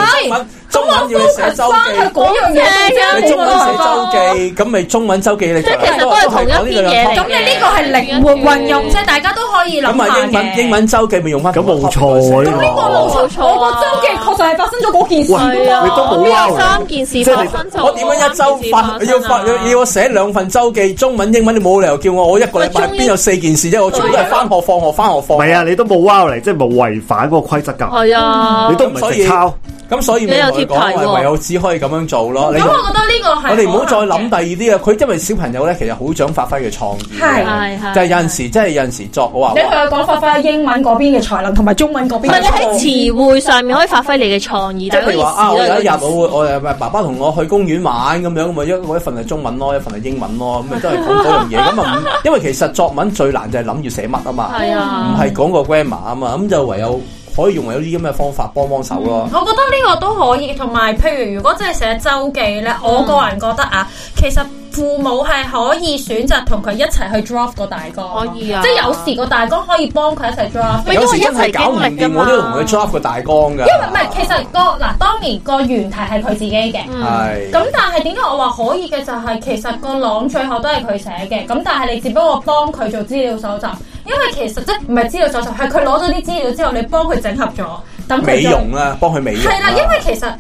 Speaker 2: 中文中文要你寫周
Speaker 4: 翻去
Speaker 2: 記，
Speaker 4: 嗰樣嘢
Speaker 2: 你中文寫周記，咁咪中文周記你
Speaker 3: 即係其實都係同一篇嘢嚟
Speaker 4: 咁你呢個係靈活運用，即係大家都可以諗
Speaker 2: 咁
Speaker 4: 下
Speaker 2: 啊，英文英文周記咪用翻
Speaker 1: 咁冇錯喎呢
Speaker 4: 咁呢個
Speaker 1: 個。
Speaker 4: 冇錯，我個周記確實係發生咗嗰件事
Speaker 1: 係啊
Speaker 4: 喎。
Speaker 1: 你都冇拗
Speaker 3: 呢
Speaker 1: 嚟
Speaker 3: 三件事
Speaker 1: 即係
Speaker 3: 發
Speaker 1: 你
Speaker 3: 生就
Speaker 2: 我點樣一周發
Speaker 3: 三件事
Speaker 2: 要
Speaker 3: 生
Speaker 2: 發
Speaker 3: 啊
Speaker 2: 要要我寫兩份周記，中文英文你冇理由叫我我一個禮拜
Speaker 3: 喂中英
Speaker 2: 邊有四件事啫？我全部都係翻學放學翻學
Speaker 1: 唔
Speaker 2: 放學。
Speaker 1: 係啊，你都冇 wow 嚟，即係冇違反嗰個規則㗎，
Speaker 3: 係啊
Speaker 1: 你，都唔係
Speaker 2: 所
Speaker 1: 直
Speaker 2: 以
Speaker 1: 抄。
Speaker 2: 咁所以咪同佢
Speaker 3: 你有貼題
Speaker 2: 講，
Speaker 3: 喎
Speaker 2: 唯有只可以咁樣做咯。你
Speaker 4: 咁我覺得呢個係
Speaker 2: 我哋唔好再
Speaker 4: 可能嘅
Speaker 2: 諗第二啲啊！佢因為小朋友咧，其實好想發揮佢創意
Speaker 4: 係
Speaker 3: 係
Speaker 2: 嘅，
Speaker 3: 係
Speaker 2: 就係有陣時，即係有陣時作我話
Speaker 4: 你。佢講發揮英文嗰邊嘅才能同埋中文嗰
Speaker 3: 唔
Speaker 4: 邊
Speaker 3: 係
Speaker 4: 嘅
Speaker 3: 你喺詞彙上面可以發揮你嘅創意，
Speaker 2: 即
Speaker 3: 但
Speaker 2: 係
Speaker 3: 係
Speaker 2: 譬如話啊，
Speaker 3: 嗰
Speaker 2: 我
Speaker 3: 件事
Speaker 2: 有一日
Speaker 3: 咧
Speaker 2: 我會我誒爸爸同我去公園玩咁樣，咁咪一我一份係中文咯，一份係英文咯，咁咪都係講嗰樣嘢。咁啊，唔因為其實作文最難就係諗住寫乜啊嘛。
Speaker 3: 係
Speaker 2: 唔
Speaker 3: 啊，
Speaker 2: 係講個 grammar 啊嘛，咁就唯有可以用有啲咁嘅方法幫幫手咯。
Speaker 4: 我覺得呢個都可以，同埋譬如如果真係寫周記咧，我個人覺得啊，其實父母係可以選擇同佢一齊去 draft 個大綱，
Speaker 3: 可以啊
Speaker 4: 即係有時個大綱可以幫佢一齊 draft。
Speaker 3: 喂
Speaker 2: 有
Speaker 3: 因
Speaker 2: 時
Speaker 3: 為一
Speaker 2: 真係
Speaker 3: 齊
Speaker 2: 搞唔
Speaker 3: 經歷
Speaker 2: 掂，
Speaker 3: 㗎嘛
Speaker 2: 我都要同佢 draft 個大綱噶。
Speaker 4: 啊因為唔係，其實個嗱，當年個原題係佢自己嘅。
Speaker 2: 係
Speaker 4: 咁但係點解我話可以嘅就係、其實個朗最後都係佢寫嘅，咁但係你只不過幫佢做資料搜集，因為其實即係唔係資料搜集，係佢攞咗啲資料之後，你幫佢整合咗，等佢再
Speaker 2: 美容啦，幫佢美容。
Speaker 4: 係啦，因為其實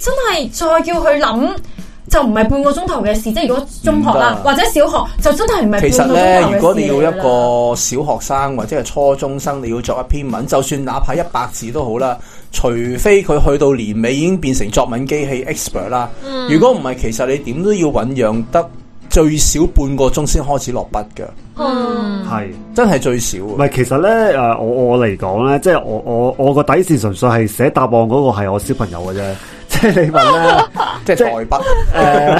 Speaker 4: 真係再要去諗，就唔係半個鐘頭嘅事。即係如果中學啦
Speaker 2: 唔，得
Speaker 4: 或者小學，就真係唔
Speaker 2: 其
Speaker 4: 係
Speaker 2: 實
Speaker 4: 半個鐘
Speaker 2: 咧，
Speaker 4: 頭嘅事嚟㗎啦。
Speaker 2: 如果你要一個小學生或者係初中生，你要作一篇文，就算哪怕一百字都好啦，除非佢去到年尾已經變成作文機器 expert 啦。
Speaker 4: 嗯
Speaker 2: 如果唔係，其實你點都要醖釀得最少半個鐘先開始落筆嘅，
Speaker 3: 嗯，
Speaker 1: 係。
Speaker 2: 真係最少啊。
Speaker 1: 唔係，其實咧，誒、我我嚟講咧，即係我我我個底線純粹係寫答案嗰個係我小朋友嘅啫， *laughs* 即係你問咧，
Speaker 2: 即係代 *laughs* 筆。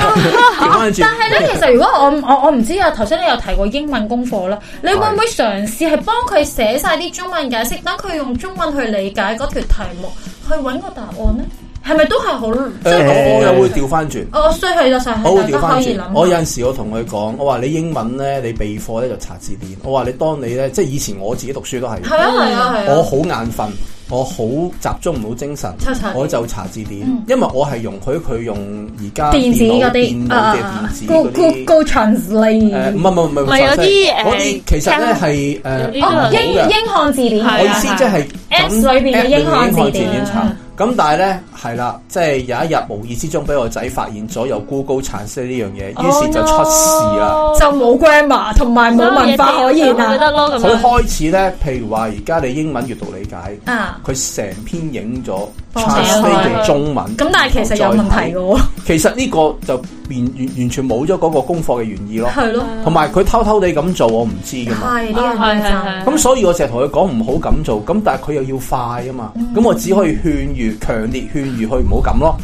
Speaker 2: 調翻轉
Speaker 4: 但係咧，其實如果我我我唔知啊，頭先你有提過英文功課啦，你會唔會嘗試係幫佢寫晒啲中文解釋，等佢用中文去理解嗰條題目，去揾個答案咧？係咪都係好即
Speaker 2: 誒
Speaker 4: 係
Speaker 2: 我
Speaker 4: 我
Speaker 2: 又會調翻轉，
Speaker 4: 我衰去咗晒，
Speaker 2: 我會
Speaker 4: 大
Speaker 2: 調
Speaker 4: 家
Speaker 2: 翻
Speaker 4: 可以
Speaker 2: 轉
Speaker 4: 諗。。
Speaker 2: 我有陣時我同佢講，我話你英文咧，你備課咧就查字典。我話你當你咧，即係以前我自己讀書都係，
Speaker 4: 係啊係啊係啊，
Speaker 2: 我好眼瞓，我好集中唔到精神
Speaker 4: 查查，
Speaker 2: 我就查字典，因為我係容許佢用而家
Speaker 4: 嗯電子
Speaker 2: 腦
Speaker 4: 嗰
Speaker 2: 電
Speaker 4: 啲啊
Speaker 2: 腦嘅電子嗰
Speaker 4: Google
Speaker 2: 啲。
Speaker 4: Google
Speaker 2: 誒，唔
Speaker 4: Translate，
Speaker 2: 係唔係唔係，
Speaker 3: 咪有啲誒
Speaker 2: 嗰啲其實咧係誒
Speaker 3: 有啲
Speaker 4: 哦
Speaker 3: 都
Speaker 4: 英
Speaker 2: 好嘅
Speaker 4: 英漢字典，
Speaker 2: 我
Speaker 3: 係
Speaker 2: 意
Speaker 3: 啊
Speaker 2: 思
Speaker 3: 係
Speaker 2: 即係
Speaker 4: 哎 Apps 裏邊嘅
Speaker 2: App
Speaker 4: 英
Speaker 2: 裏邊嘅
Speaker 4: 漢字典
Speaker 2: 英漢字典查
Speaker 4: 嗯。
Speaker 2: 咁但係咧係啦，即係有一日無意之中俾我仔發現咗有 Google Translate 呢樣
Speaker 4: Oh
Speaker 2: 嘢，於是就出事啦。
Speaker 4: 就冇 grammar 同埋冇文化可言
Speaker 3: 咪
Speaker 4: 啊！
Speaker 3: 得咯咁
Speaker 2: 佢
Speaker 3: 樣。
Speaker 2: 開始咧，譬如話而家你英文閱讀理解，
Speaker 4: 啊，
Speaker 2: 佢成篇影咗
Speaker 4: 放上去
Speaker 2: translate 成中文，
Speaker 4: 啊咁但係其實有問題嘅
Speaker 2: 嘅。
Speaker 4: 喎，
Speaker 2: 其實呢個就完完完全冇咗嗰個功課嘅原意咯，
Speaker 4: 係啊咯，
Speaker 2: 同埋佢偷偷地咁做，我唔知噶嘛。
Speaker 4: 係呢樣
Speaker 3: 係
Speaker 4: 嘢
Speaker 3: 係係
Speaker 4: 就。
Speaker 2: 咁所以我成日同佢講唔好咁做，咁但係佢又要快啊嘛，咁我只可以勸喻，強烈勸喻佢唔好
Speaker 4: *laughs*
Speaker 2: 咁咯。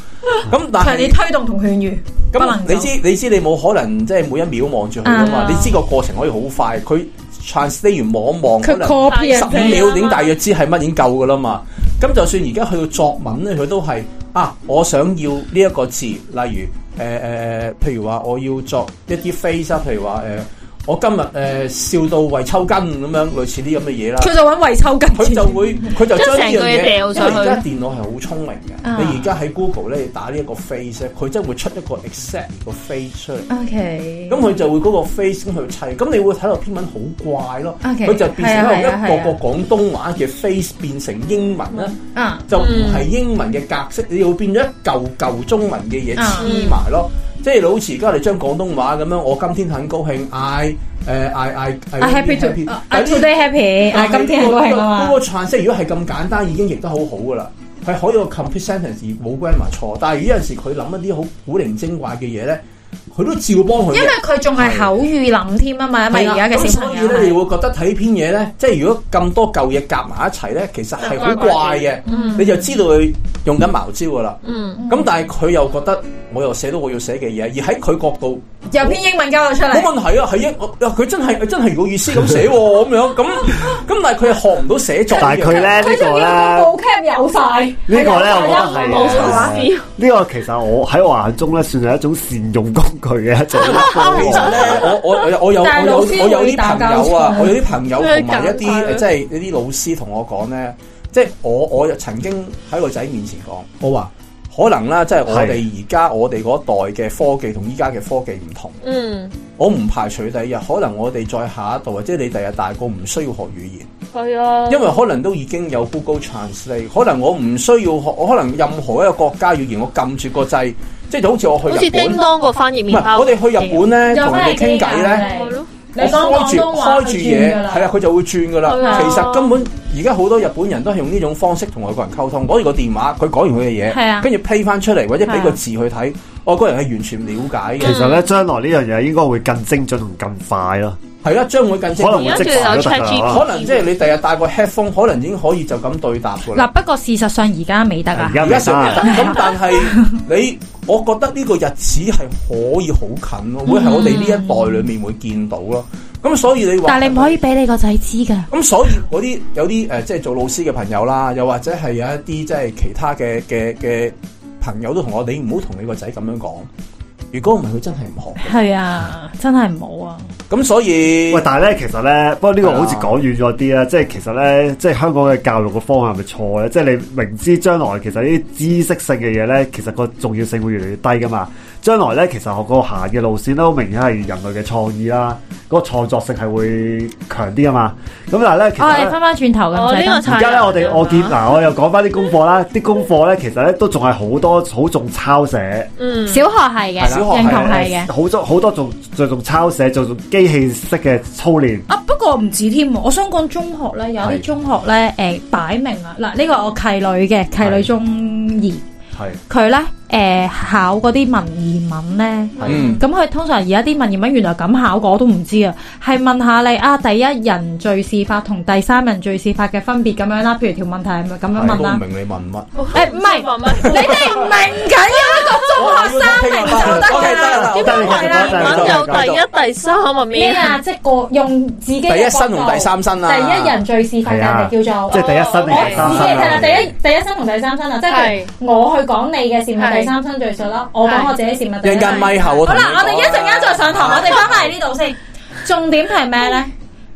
Speaker 2: 咁但
Speaker 4: 強烈
Speaker 2: 係
Speaker 4: 推動同勸喻，不
Speaker 2: 咁
Speaker 4: 能
Speaker 2: 你知你知你冇可能即係每一秒望住佢噶嘛，
Speaker 4: 啊
Speaker 2: 你知個過程可以好快，佢 translate 完望一望，可
Speaker 4: 佢
Speaker 2: 能
Speaker 4: copy 人
Speaker 2: 十五
Speaker 4: 哋
Speaker 2: 秒已經大約知係乜已經夠噶啦嘛。咁就算而家去到作文咧，佢都係啊，我想要呢一個字，例如誒誒、呃呃譬如話我要作一啲 face 啊，譬如話誒、呃我今日誒、呃笑到胃抽筋咁樣，類似啲咁嘅嘢啦。
Speaker 4: 佢就揾圍抽緊
Speaker 2: 佢就會佢就將呢樣
Speaker 3: 將成個嘢
Speaker 2: 嘢，因
Speaker 3: 掉
Speaker 2: 為
Speaker 3: 上去
Speaker 2: 而家電腦係好聰明嘅
Speaker 4: 啊，
Speaker 2: 你而家喺 Google 咧，你打呢一個 face 咧，佢真係會出一個 exact 個 face 出嚟。
Speaker 4: OK，
Speaker 2: 咁佢就會嗰個 face 咁去砌，咁你會睇落篇文好怪咯。
Speaker 4: OK，
Speaker 2: 佢就變成一
Speaker 4: 係啊
Speaker 2: 個
Speaker 4: 係啊
Speaker 2: 一個
Speaker 4: 係
Speaker 2: 個廣東話嘅 face 變成英文咧，
Speaker 4: 啊，
Speaker 2: 就唔係英文嘅格式，你會變咗一嚿嚿中文嘅嘢
Speaker 4: 啊
Speaker 2: 黐埋咯。即係你好似而家你將廣東話咁樣，我今天很高興呃嗌誒嗌嗌
Speaker 4: 我
Speaker 2: 嗌
Speaker 4: happy to，
Speaker 2: 但係呢
Speaker 4: 我 today happy，啊今天係高興啊
Speaker 2: 嗰個
Speaker 4: 嘛，
Speaker 2: translate 如果係咁簡單，已經譯得好好噶啦，係可以個 complete sentence 而冇 grammar 錯。但係有陣時佢諗一啲好古靈精怪嘅嘢咧，佢都照幫佢
Speaker 4: 因
Speaker 2: 嘅。
Speaker 4: 為佢仲係口語諗添啊嘛，因為而家嘅小朋
Speaker 2: 咁所以咧，你
Speaker 4: 友
Speaker 2: 會覺得睇篇嘢咧，即係如果咁多舊嘢夾埋一齊咧，其實係好怪嘅，
Speaker 4: 嗯
Speaker 2: 你就知道佢用緊茅招噶啦。
Speaker 3: 嗯，
Speaker 2: 咁但係佢又覺得我又寫到我要寫嘅嘢，而喺佢角度
Speaker 4: 有篇英文交咗出
Speaker 2: 冇
Speaker 4: 嚟，
Speaker 2: 問題啊，係一我佢真係佢真係有意思咁寫喎，咁樣咁咁，但係佢又學唔到寫作呢樣
Speaker 1: 但
Speaker 2: 嘢。
Speaker 1: 係佢咧呢個咧。
Speaker 4: 冇 cap 有晒，
Speaker 1: 呢個咧，
Speaker 4: 係啊
Speaker 1: 我覺得係呢個其實我喺我眼中咧，算係一種善用工具嘅一種方
Speaker 2: 其實
Speaker 1: 法。
Speaker 2: 咧，我我我有我有我
Speaker 4: 但係
Speaker 2: 有
Speaker 4: 老師
Speaker 2: 我有
Speaker 4: 會
Speaker 2: 啲
Speaker 4: 打
Speaker 2: 朋
Speaker 4: 交
Speaker 2: 友啊
Speaker 4: 錯，
Speaker 2: 我有啲朋友同埋一
Speaker 3: 佢係
Speaker 2: 啲
Speaker 3: 咁
Speaker 2: 即係一啲老師同我講咧，即係我我又曾經喺個仔面前講，我話可能啦，即係我哋而家我哋嗰一代嘅科技同依家嘅科技唔同，
Speaker 3: 嗯，
Speaker 2: 我唔排除第二日可能我哋再下一代，或者你第日大個唔需要學語言。
Speaker 3: 係
Speaker 4: 嗯
Speaker 3: 啊，
Speaker 2: 因為可能都已經有 Google Translate，可能我唔需要學，我可能任何一個國家語言，我撳住個掣，即係好似我
Speaker 3: 好
Speaker 2: 去
Speaker 3: 似
Speaker 2: 日本
Speaker 3: 叮，當個翻譯
Speaker 2: 唔
Speaker 3: 麵
Speaker 2: 係
Speaker 3: 包，
Speaker 2: 我哋去日本咧，
Speaker 4: 有
Speaker 2: 同人
Speaker 4: 翻
Speaker 2: 哋傾偈咧。
Speaker 3: 係咯，
Speaker 4: 你
Speaker 2: 我
Speaker 4: 講
Speaker 2: 開
Speaker 4: 廣
Speaker 2: 住
Speaker 4: 東話
Speaker 2: 開住嘢，係啊
Speaker 4: 係
Speaker 2: 啦，佢就會轉噶啦
Speaker 3: 係啊。
Speaker 2: 其實根本而家好多日本人都係用呢種方式同外國人溝通，攞住個電話，佢講完佢嘅
Speaker 4: 係啊
Speaker 2: 嘢，跟住 play 翻出嚟，或者俾
Speaker 4: 係
Speaker 2: 個
Speaker 4: 啊
Speaker 2: 字去睇，外國人係完全唔了解
Speaker 1: 其
Speaker 2: 嘅。
Speaker 1: 實咧，將來呢樣嘢應該會更精準同更快咯。
Speaker 2: 係啦，將會更精
Speaker 1: 可能
Speaker 2: 準。
Speaker 1: 會即時
Speaker 3: 而家
Speaker 1: 都
Speaker 3: 仲
Speaker 1: 得
Speaker 3: 有 ChatGPT
Speaker 1: 㗎
Speaker 2: 可能即係你第日戴個 headphone，可能已經可以就咁對答噶
Speaker 4: 嗱，
Speaker 2: 啦。
Speaker 4: 不過事實上而家未得啊
Speaker 1: 而。家
Speaker 2: 而
Speaker 1: 唔
Speaker 2: 家上
Speaker 1: 得，
Speaker 2: 咁，但係你，我覺得呢個日子係可以好近咯，會係我哋呢一代裏面會見到咯。咁所以你話，
Speaker 4: 但係你唔可以俾你個仔知噶。
Speaker 2: 咁所以嗰啲有啲誒、呃即係做老師嘅朋友啦，又或者係有一啲即係其他嘅嘅嘅朋友都同我哋唔好同你個仔咁樣講。如果唔係，佢真係唔學。
Speaker 4: 係啊，真係唔好啊。
Speaker 2: 咁所以
Speaker 1: 喂，但係咧，其實咧，不過呢
Speaker 2: 啊
Speaker 1: 個好似講遠咗啲啊啦，即係其實咧，即係香港嘅教育嘅方向係咪錯咧？即係你明知將來其實呢啲知識性嘅嘢咧，其實個重要性會越嚟越低噶嘛。將來咧，其實學個行嘅路線咧，好明顯係人類嘅創意啦，嗰、個創作性係會強啲噶啊嘛。咁但係咧，其
Speaker 4: 我
Speaker 1: 實
Speaker 4: 哋
Speaker 1: 呢
Speaker 4: 翻翻轉頭
Speaker 3: 我
Speaker 4: 咁
Speaker 3: 呢
Speaker 4: 仔，
Speaker 3: 個就係
Speaker 1: 而家咧，我哋我見嗱，我又講翻啲功課啦，啲功課咧，其實咧都仲係好多好重抄寫。
Speaker 3: 嗯，
Speaker 4: 小學係嘅，
Speaker 1: 啊
Speaker 2: 小學係
Speaker 4: 認同係嘅。
Speaker 1: 好多好多仲仲仲抄寫，仲仲機器式嘅操練。
Speaker 4: 啊，不過個唔止添喎，我想講中學咧，有
Speaker 1: 係
Speaker 4: 啲中學咧，誒擺明啊，嗱呢個我契女嘅契女
Speaker 1: 係
Speaker 4: 中二，佢咧誒考嗰啲文言文咧。
Speaker 2: 嗯，
Speaker 4: 咁佢通常而家啲文言文原來咁考過，我都唔知啊。係問下你啊，第一人敘事法同第三人敘事法嘅分別咁樣啦。譬如條問題係咪咁樣
Speaker 2: 我
Speaker 4: 問啊
Speaker 2: 都唔
Speaker 4: 啦？
Speaker 2: 明你問乜。
Speaker 4: 誒唔係，你哋唔明緊啊！呢個中學生明就得㗎啦，點樣係啦？
Speaker 3: 文有第一、第三
Speaker 4: 咩
Speaker 3: 啊，
Speaker 4: *laughs*
Speaker 3: 面
Speaker 4: 啊？即係個用自己
Speaker 2: 第
Speaker 4: 嘅
Speaker 2: 一身同第三身啊，
Speaker 4: 第一人敘事法
Speaker 1: 係啊
Speaker 4: 就叫做哦
Speaker 1: 即係第一身定
Speaker 4: 我
Speaker 1: 第
Speaker 4: 自
Speaker 1: 三
Speaker 4: 己
Speaker 1: 身
Speaker 4: 係
Speaker 1: 啊
Speaker 4: 啦，第一第一身同第三身啦，啊即係譬如我去講你嘅事咪
Speaker 3: 係
Speaker 4: 第三身敘述啦，我
Speaker 3: 係
Speaker 4: 講我自己事咪
Speaker 2: 一
Speaker 4: 第一
Speaker 2: 陣
Speaker 4: 身敘
Speaker 2: 間
Speaker 4: 述
Speaker 2: 咪後我
Speaker 4: 好
Speaker 2: 同你
Speaker 4: 啦，我哋一陣間再上堂，
Speaker 2: 講
Speaker 4: 我哋翻返嚟呢度先。重點係咩咧？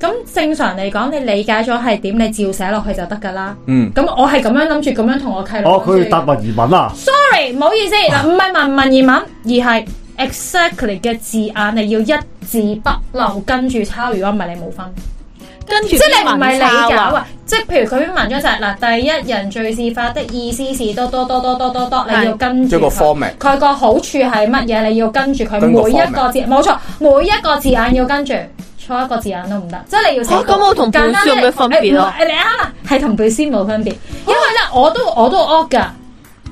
Speaker 4: 咁正常嚟講，你理解咗係點，你照寫落去就得噶啦。
Speaker 2: 嗯，
Speaker 4: 咁我係咁樣諗住，咁樣同我契女
Speaker 1: 哦，
Speaker 4: 諗
Speaker 1: 佢
Speaker 4: 住
Speaker 1: 答文言文啊，
Speaker 4: sorry，唔好意思，嗱，唔係文文言文，而係 exactly 嘅字眼，你要一字不漏跟住抄，如果唔係你冇分。
Speaker 3: 跟住
Speaker 4: 即係你唔係
Speaker 3: 係
Speaker 4: 理解啊！即係譬如佢篇文章就係嗱，第一人敘事法的意思是多多多多多多多，
Speaker 3: 係
Speaker 4: 你要跟
Speaker 2: 即係
Speaker 4: 住
Speaker 2: 個
Speaker 4: 佢。
Speaker 2: format。
Speaker 4: 佢個好處係乜嘢？你要跟住佢
Speaker 2: 跟個
Speaker 4: 每一
Speaker 2: format
Speaker 4: 個字，冇錯，每一個字眼要跟住，錯一個字眼都唔得，即係你要寫
Speaker 3: 嚇咁我同
Speaker 4: 簡單
Speaker 3: 本書有咩
Speaker 4: 嚟
Speaker 3: 分別啊
Speaker 4: 誒唔係你啱啦，係同本書冇分別，因為咧我都我都惡㗎，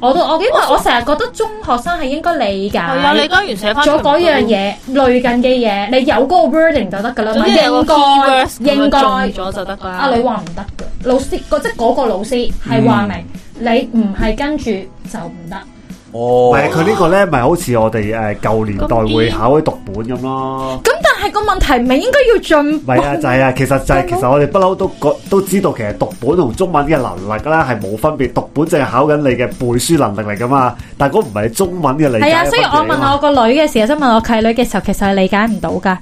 Speaker 4: 我都惡，因為我成日覺得中學生係應該理解。
Speaker 3: 係啊，你當然寫翻
Speaker 4: 咗嗰樣，嘢，類近嘅嘢，你有嗰個 wording 就得㗎啦
Speaker 3: 總
Speaker 4: 嘛，
Speaker 3: 之有個
Speaker 4: 應
Speaker 3: keywords
Speaker 4: 該應該
Speaker 3: 咁樣中咗就得㗎啦。
Speaker 4: 阿女話唔得嘅，老師嗰即係嗰個老師係話明，你唔係跟住就唔得。
Speaker 1: 唔
Speaker 2: 哦，
Speaker 1: 係佢呢個咧，咪好似我哋誒舊年代會考啲讀本咁咯。
Speaker 4: 咁但係個問題唔係應該要進
Speaker 1: 唔係啊，就係、啊，其實就係、其實我哋不嬲都覺都知道，其實讀本同中文嘅能力咧係冇分別，讀本淨係考緊你嘅背書能力嚟噶嘛，但係嗰唔係中文嘅理解
Speaker 4: 係啊，
Speaker 1: 嘅
Speaker 4: 所以我
Speaker 1: 分別嚟㗎
Speaker 4: 問
Speaker 1: 嘛
Speaker 4: 我個女嘅時候，想問我契女嘅時候，其實係理解唔到㗎。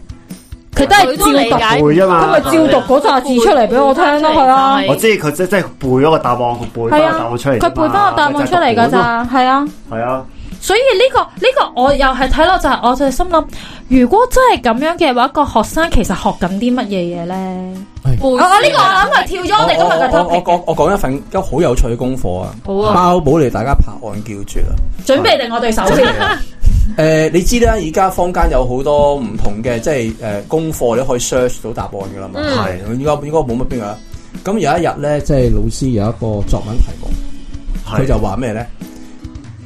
Speaker 4: 佢都
Speaker 3: 佢都
Speaker 4: 係
Speaker 3: 理
Speaker 4: 照讀，
Speaker 3: 解
Speaker 1: 背啊嘛
Speaker 4: 咁咪照讀嗰扎字出嚟俾我聽咯，係啊，
Speaker 1: 我知佢即即係背咗個答案，佢背翻
Speaker 4: 係
Speaker 1: 個答案
Speaker 4: 啊，
Speaker 1: 出嚟啫嘛。
Speaker 4: 佢背翻個答案出嚟㗎咋，係啊。
Speaker 1: 係
Speaker 2: *laughs*
Speaker 1: 啊，
Speaker 4: 所以呢、個呢、個我又係睇落就係我就心諗，如果真係咁樣嘅話，個學生其實學緊啲乜嘢嘢咧？
Speaker 3: 哦
Speaker 4: 我我呢個我諗係跳咗我哋今日嘅
Speaker 2: 我我
Speaker 4: topic，
Speaker 2: 我我講一份一個好有趣嘅功課啊，
Speaker 3: 好啊
Speaker 2: 包保你大家拍案叫絕啊！
Speaker 4: 準備定我對手先。
Speaker 2: 誒、你知啦，而家坊間有好多唔同嘅，即係誒、呃功課，你可以 search 到答案噶啦嘛。
Speaker 3: 嗯
Speaker 2: 係、應該應該冇乜邊個。咁有一日咧，即係老師有一個作文題目，佢
Speaker 1: 係
Speaker 2: 就話咩咧？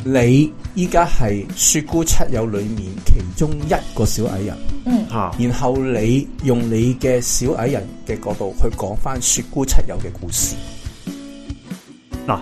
Speaker 2: 你依家係雪姑七友裏面其中一個小矮人，
Speaker 4: 嗯，
Speaker 1: 嚇
Speaker 2: 然後你用你嘅小矮人嘅角度去講翻雪姑七友嘅故事。
Speaker 1: 嗱，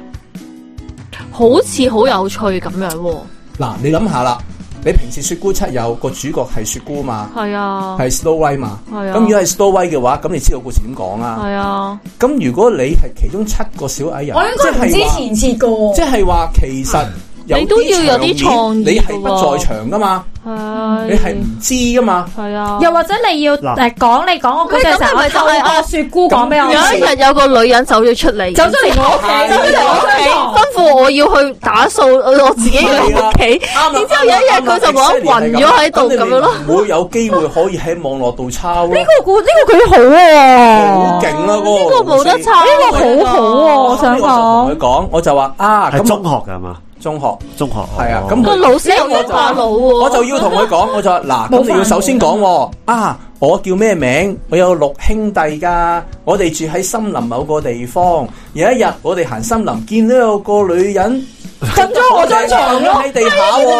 Speaker 3: 好似好有趣咁樣喎。
Speaker 2: 嗱，你諗下啦，你平時雪姑七友個主角係雪姑嘛，
Speaker 3: 係啊，
Speaker 2: 係 Snow White 嘛。
Speaker 3: 係啊，
Speaker 2: 咁如果係 Snow White 嘅話，咁你知道故事點講啊？
Speaker 3: 係啊，
Speaker 2: 咁如果你係其中七個小矮人，
Speaker 4: 我應該唔
Speaker 2: 即係話
Speaker 4: 知前設噶
Speaker 2: 即
Speaker 4: 喎。
Speaker 2: 係話其實有
Speaker 3: 你都要有啲
Speaker 2: 場面
Speaker 3: 創意
Speaker 2: 你
Speaker 3: 㗎喎
Speaker 2: 係不在場噶嘛，
Speaker 3: 係
Speaker 2: 你係唔知噶嘛。
Speaker 3: 係啊，
Speaker 4: 又或者你要
Speaker 1: 嗱
Speaker 4: 誒講你講個故事嘅時候，
Speaker 3: 喂
Speaker 4: 我
Speaker 3: 咁係咪就係
Speaker 4: 透
Speaker 3: 我
Speaker 4: 過雪姑講俾我
Speaker 3: 有一
Speaker 4: 知，
Speaker 3: 日有個女人走咗出嚟，
Speaker 4: 走咗嚟我屋企，走咗嚟我張床
Speaker 3: 吩咐我要去打掃我自己嘅屋企，
Speaker 2: 啱
Speaker 3: 然之後有
Speaker 2: à,
Speaker 3: 一日佢就冇得暈咗喺度咁樣咯。
Speaker 2: 唔會有機會可以喺網絡度抄咯
Speaker 4: 呢，個故呢個幾好喎
Speaker 2: 好，勁啦！
Speaker 3: 呢個
Speaker 2: 嗰個
Speaker 3: 冇得抄，
Speaker 4: 呢個好好喎我想講
Speaker 2: 呢個我就同佢講，我就話啊，
Speaker 1: 係
Speaker 2: 咁
Speaker 1: 中學㗎係嘛？
Speaker 2: 中學。
Speaker 1: 中學
Speaker 2: 係啊
Speaker 1: 哦
Speaker 2: 咁
Speaker 3: 個老師又喐下腦喎，
Speaker 2: 我就要同佢講，我就話嗱，
Speaker 4: 冇
Speaker 2: 咁你要首先講喎啊，我叫咩名？我有六兄弟噶，我哋住喺森林某個地方。有一日我哋行森林，見到有個女人
Speaker 4: 瞓咗我張床咯。
Speaker 2: 喺地下
Speaker 3: 佢一
Speaker 2: 喎，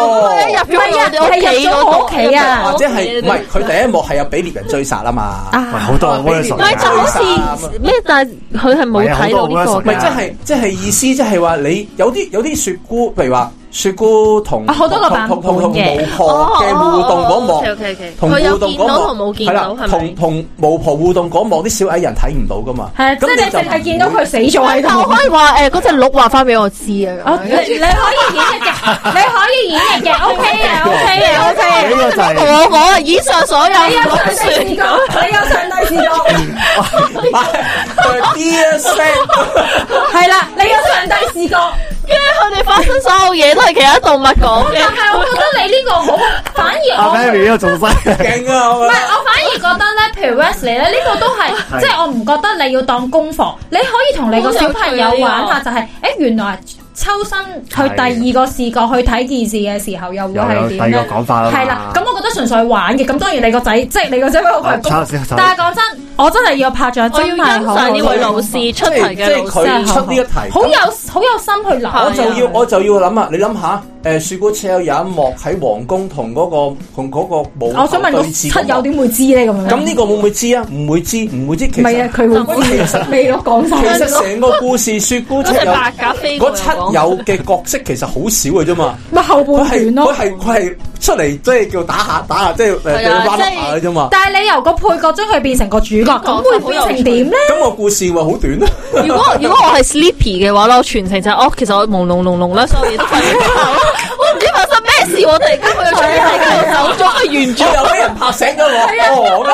Speaker 3: 入咗我哋屋企啊嗰度
Speaker 2: 或者係唔係佢第一幕係有俾獵人追殺啊嘛？
Speaker 1: 喂好多
Speaker 2: 啊
Speaker 1: 人威水
Speaker 3: 唔係就好似咩，但係佢係冇睇到呢
Speaker 2: 唔
Speaker 3: 個
Speaker 2: 係
Speaker 3: 嘅
Speaker 2: 即。係即係意思，即係話你有啲有啲雪姑，譬如話雪姑同
Speaker 4: 啊好多個版
Speaker 2: 同
Speaker 4: 本
Speaker 2: 同同
Speaker 4: 嘅
Speaker 2: 巫婆嘅互動嗰幕。同
Speaker 3: 佢
Speaker 2: 互
Speaker 3: 有
Speaker 2: 動
Speaker 3: 見到
Speaker 2: 嗰
Speaker 3: 同
Speaker 2: 幕
Speaker 3: 冇見
Speaker 2: 係啦
Speaker 3: 到係咪
Speaker 2: 同？同巫婆互動嗰幕，啲小矮人睇唔到噶嘛？
Speaker 4: 係啊，即係你淨係見到佢死咗
Speaker 2: 啊
Speaker 4: 喺
Speaker 3: 但我
Speaker 4: 度。
Speaker 3: 可以話誒，嗰只鹿話翻俾我知啊
Speaker 4: 啊！你你可以演繹 *laughs* 嘅，你可以演繹嘅，OK 嘅，OK 嘅，OK 嘅。
Speaker 1: 呢個就係
Speaker 3: 我我啊，以上所有
Speaker 4: 你有上
Speaker 3: 講
Speaker 4: 帝視
Speaker 3: 算，
Speaker 4: 角，你有上帝視 *laughs* 角，
Speaker 2: 唔係，Dear Sam，
Speaker 4: 係啦，你有上帝視角。
Speaker 3: 因為佢哋發生所有嘢都係其他動物講嘅
Speaker 4: 但。係我覺得你呢個好，反而
Speaker 1: 阿
Speaker 4: 我
Speaker 1: Mary 呢個仲犀利，
Speaker 2: 勁啊！
Speaker 4: 唔
Speaker 2: 我
Speaker 4: 係
Speaker 2: 覺得
Speaker 4: 我反而覺得咧，譬如 Wesley 咧，呢個都係即係我唔覺得你要當功課，你可以同你個小朋友玩下，就
Speaker 3: 啊
Speaker 4: 係誒原來抽身去第二個視角去睇件事嘅時候，又會
Speaker 1: 又有
Speaker 4: 係
Speaker 1: 第
Speaker 4: 點
Speaker 1: 二
Speaker 4: 咧
Speaker 1: 個？講法啦嘛。
Speaker 4: 係啦，咁我覺得純粹玩嘅，咁當然你個仔，即係你個仔喺我
Speaker 1: 啊
Speaker 4: 係
Speaker 1: 抄先，抄
Speaker 4: 但係講真，我真係要拍掌，
Speaker 3: 我
Speaker 4: 真
Speaker 3: 要欣
Speaker 4: 係好啊
Speaker 3: 賞呢位
Speaker 4: 好
Speaker 3: 老師出題
Speaker 2: 即
Speaker 3: 嘅
Speaker 2: 係
Speaker 3: 老
Speaker 2: 佢
Speaker 3: 師，
Speaker 2: 出呢一題，
Speaker 4: 好有好有心去啊諗，
Speaker 2: 我就要我就要諗啊！你諗下，誒雪姑赤友有一幕喺皇宮同嗰個同嗰個武
Speaker 4: 我想問個
Speaker 2: 對
Speaker 4: 七
Speaker 2: 峙嗰幕
Speaker 4: 友點會知咧咁樣？
Speaker 2: 咁呢個會唔會知啊？唔會知，唔會知。其
Speaker 4: 唔係啊
Speaker 2: 實，
Speaker 4: 佢會
Speaker 2: 其
Speaker 4: 知
Speaker 2: 實
Speaker 4: 未攞講
Speaker 2: 其
Speaker 4: 晒
Speaker 2: 實成個故事雪姑
Speaker 3: 嗰
Speaker 2: 赤
Speaker 3: 隻
Speaker 2: 友
Speaker 3: 白鴿飛過
Speaker 2: 嗰
Speaker 3: 嚟
Speaker 2: 七
Speaker 3: 講
Speaker 2: 友嘅角色其實好少嘅啫嘛。
Speaker 4: 咪後
Speaker 2: 佢
Speaker 4: 半
Speaker 2: 係
Speaker 4: 段
Speaker 2: 佢
Speaker 4: 咯。
Speaker 2: 係佢係出嚟即係叫打下打下，即係誒呃
Speaker 3: 係啊
Speaker 2: round up
Speaker 3: 即係
Speaker 2: 下嘅啫嘛。
Speaker 4: 但係你由個配角將佢變成個主角，咁會變成點咧？
Speaker 2: 咁個故事會好短啊！
Speaker 3: 如果如果我係 sleepy 嘅話咧，我全程就係哦，其實我朦朧朧朧啦，所以都
Speaker 2: *laughs*
Speaker 3: 瞓唔
Speaker 2: 哎
Speaker 3: 到。我唔知發生咩事，我突然間佢出嚟跟住走咗，我完
Speaker 2: 我
Speaker 3: 咗。
Speaker 2: 又俾人拍醒咗
Speaker 4: 啊
Speaker 2: 我，哦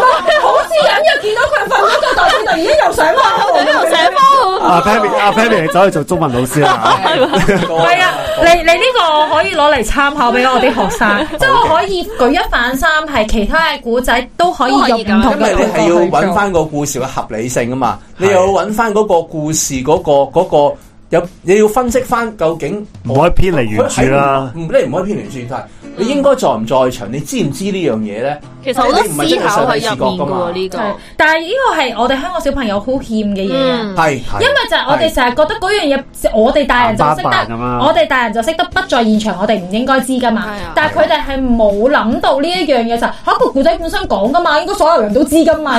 Speaker 2: 咁樣。
Speaker 4: 好似啊咁又見到佢瞓咗個袋子度，已經又上
Speaker 3: 我喺度寫波，
Speaker 1: 阿 Pammy 阿 Pammy 走去做中文老師啦。
Speaker 4: 係啊，
Speaker 2: 哦
Speaker 4: 你你呢個我可以攞嚟參考俾我啲學生， *laughs* 即係我可以舉一反三，係其他嘅古仔都可以用唔同
Speaker 2: 因為
Speaker 4: 嘅
Speaker 2: 你
Speaker 4: 角
Speaker 2: 係
Speaker 4: 度
Speaker 2: 要
Speaker 4: 去
Speaker 2: 揾
Speaker 4: 做。
Speaker 2: 翻個故事嘅合理性啊嘛，你
Speaker 1: 係
Speaker 2: 又要揾翻嗰個故事嗰、個嗰、個有，你要分析翻究竟
Speaker 1: 唔可以偏離原著啦
Speaker 2: 唔你唔可以偏離原著，但係你應該在唔在場，你知唔知呢樣嘢咧？
Speaker 3: 其實好多思考喺入面嘅喎呢
Speaker 4: 係
Speaker 3: 個。
Speaker 4: 但係呢個係我哋香港小朋友好欠嘅嘢啊。
Speaker 3: 嗯，
Speaker 2: 係
Speaker 1: 係
Speaker 4: 因為就係我哋成日覺得嗰樣嘢，我哋大人就識
Speaker 1: 扮扮
Speaker 4: 得
Speaker 1: 咁啊，
Speaker 4: 我哋大人就識得不在現場，我哋唔應該知噶嘛
Speaker 3: 係啊。
Speaker 4: 但係佢哋係冇諗到呢一樣嘢就係嚇個古仔本身講噶嘛，應該所有人都知噶嘛，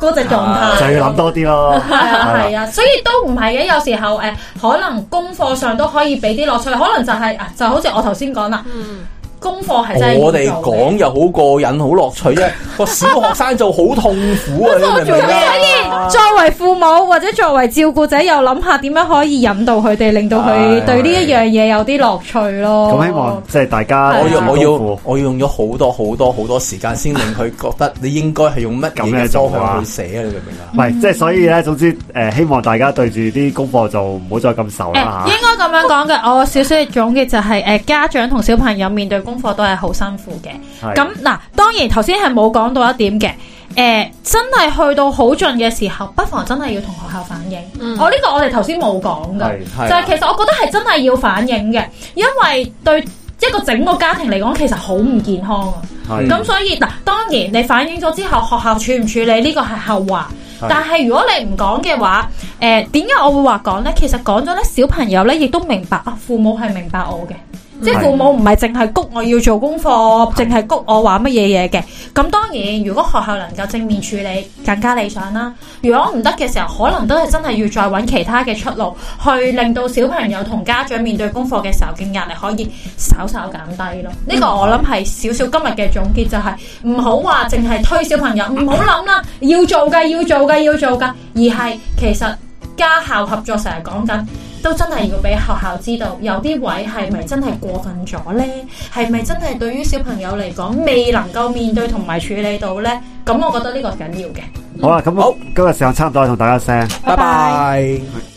Speaker 4: 嗰只狀態。
Speaker 1: 就要諗多啲咯。
Speaker 4: 係啊，係啊，所以都唔係嘅。有時候誒、呃可能功課上都可以俾啲樂趣，可能就係、啊，就好似我頭先講啦，功課係真係
Speaker 2: 我哋
Speaker 4: 要做嘅
Speaker 2: 講又好過癮，好樂趣啫。個小學生就好痛苦
Speaker 4: *laughs*
Speaker 2: 啊，你明唔明啊？
Speaker 4: 作為父母或者作為照顧者，又諗下點樣可以引導佢哋，令到佢對呢一樣嘢有啲樂趣咯。
Speaker 1: 咁希望即係大家做
Speaker 2: 我要我
Speaker 1: 功
Speaker 2: 要
Speaker 1: 課
Speaker 2: 我要用咗好多好多好多時間先令佢覺得你應該係用乜
Speaker 1: 咁
Speaker 2: 嘢
Speaker 1: 咧
Speaker 2: 嘅
Speaker 1: 就
Speaker 2: 方
Speaker 1: 好啊嗯
Speaker 2: 向去寫啊？你明唔明啊？
Speaker 1: 唔係，即係所以咧，總之誒、呃希望大家對住啲功課就唔好再咁愁
Speaker 4: 誒、
Speaker 1: 啦
Speaker 4: 應
Speaker 1: 嚇。
Speaker 4: 該咁樣講嘅，我少少嘅總結就係、誒、家長同小朋友面對功課都係好辛苦嘅。
Speaker 1: 係
Speaker 4: 咁嗱，當然頭先係冇講到一點嘅，誒、真係去到好盡嘅時候，不妨真係要同學校反映。哦
Speaker 3: 嗯
Speaker 4: 我呢個我哋頭先冇講噶，
Speaker 1: 係
Speaker 2: 係
Speaker 4: 就
Speaker 2: 啊
Speaker 4: 係其實我覺得係真係要反映嘅，因為對一個整個家庭嚟講，其實好唔健康啊。
Speaker 1: 係
Speaker 4: 咁所以嗱，當然你反映咗之後，學校處唔處理呢個係後話。
Speaker 1: 係
Speaker 4: 但係如果你唔講嘅話，誒點解我會話講呢？其實講咗呢，小朋友呢亦都明白啊，父母係明白我嘅，即係
Speaker 1: 係
Speaker 4: 父母唔係淨係谷我要做功課，淨係谷我話乜嘢嘢嘅。咁當然，如果學校能夠正面處理，更加理想啦。如果唔得嘅時候，可能都係真係要再揾其他嘅出路，去令到小朋友同家長面對功課嘅時候嘅壓力可以稍稍減低咯。呢、個我諗係少少今日嘅總結就係唔好話淨係推小朋友，唔好諗啦，要做嘅要做嘅要做嘅，而係其實家校合作成日講緊。都真係要俾學校知道，有啲位係咪真係過分咗呢？係咪真係對於小朋友嚟講未能夠面對同埋處理到呢？咁我覺得呢個緊要嘅。
Speaker 1: 好啦，咁
Speaker 2: 好
Speaker 1: 今日時間差唔多，同大家 say
Speaker 2: 拜
Speaker 4: 拜
Speaker 2: 拜。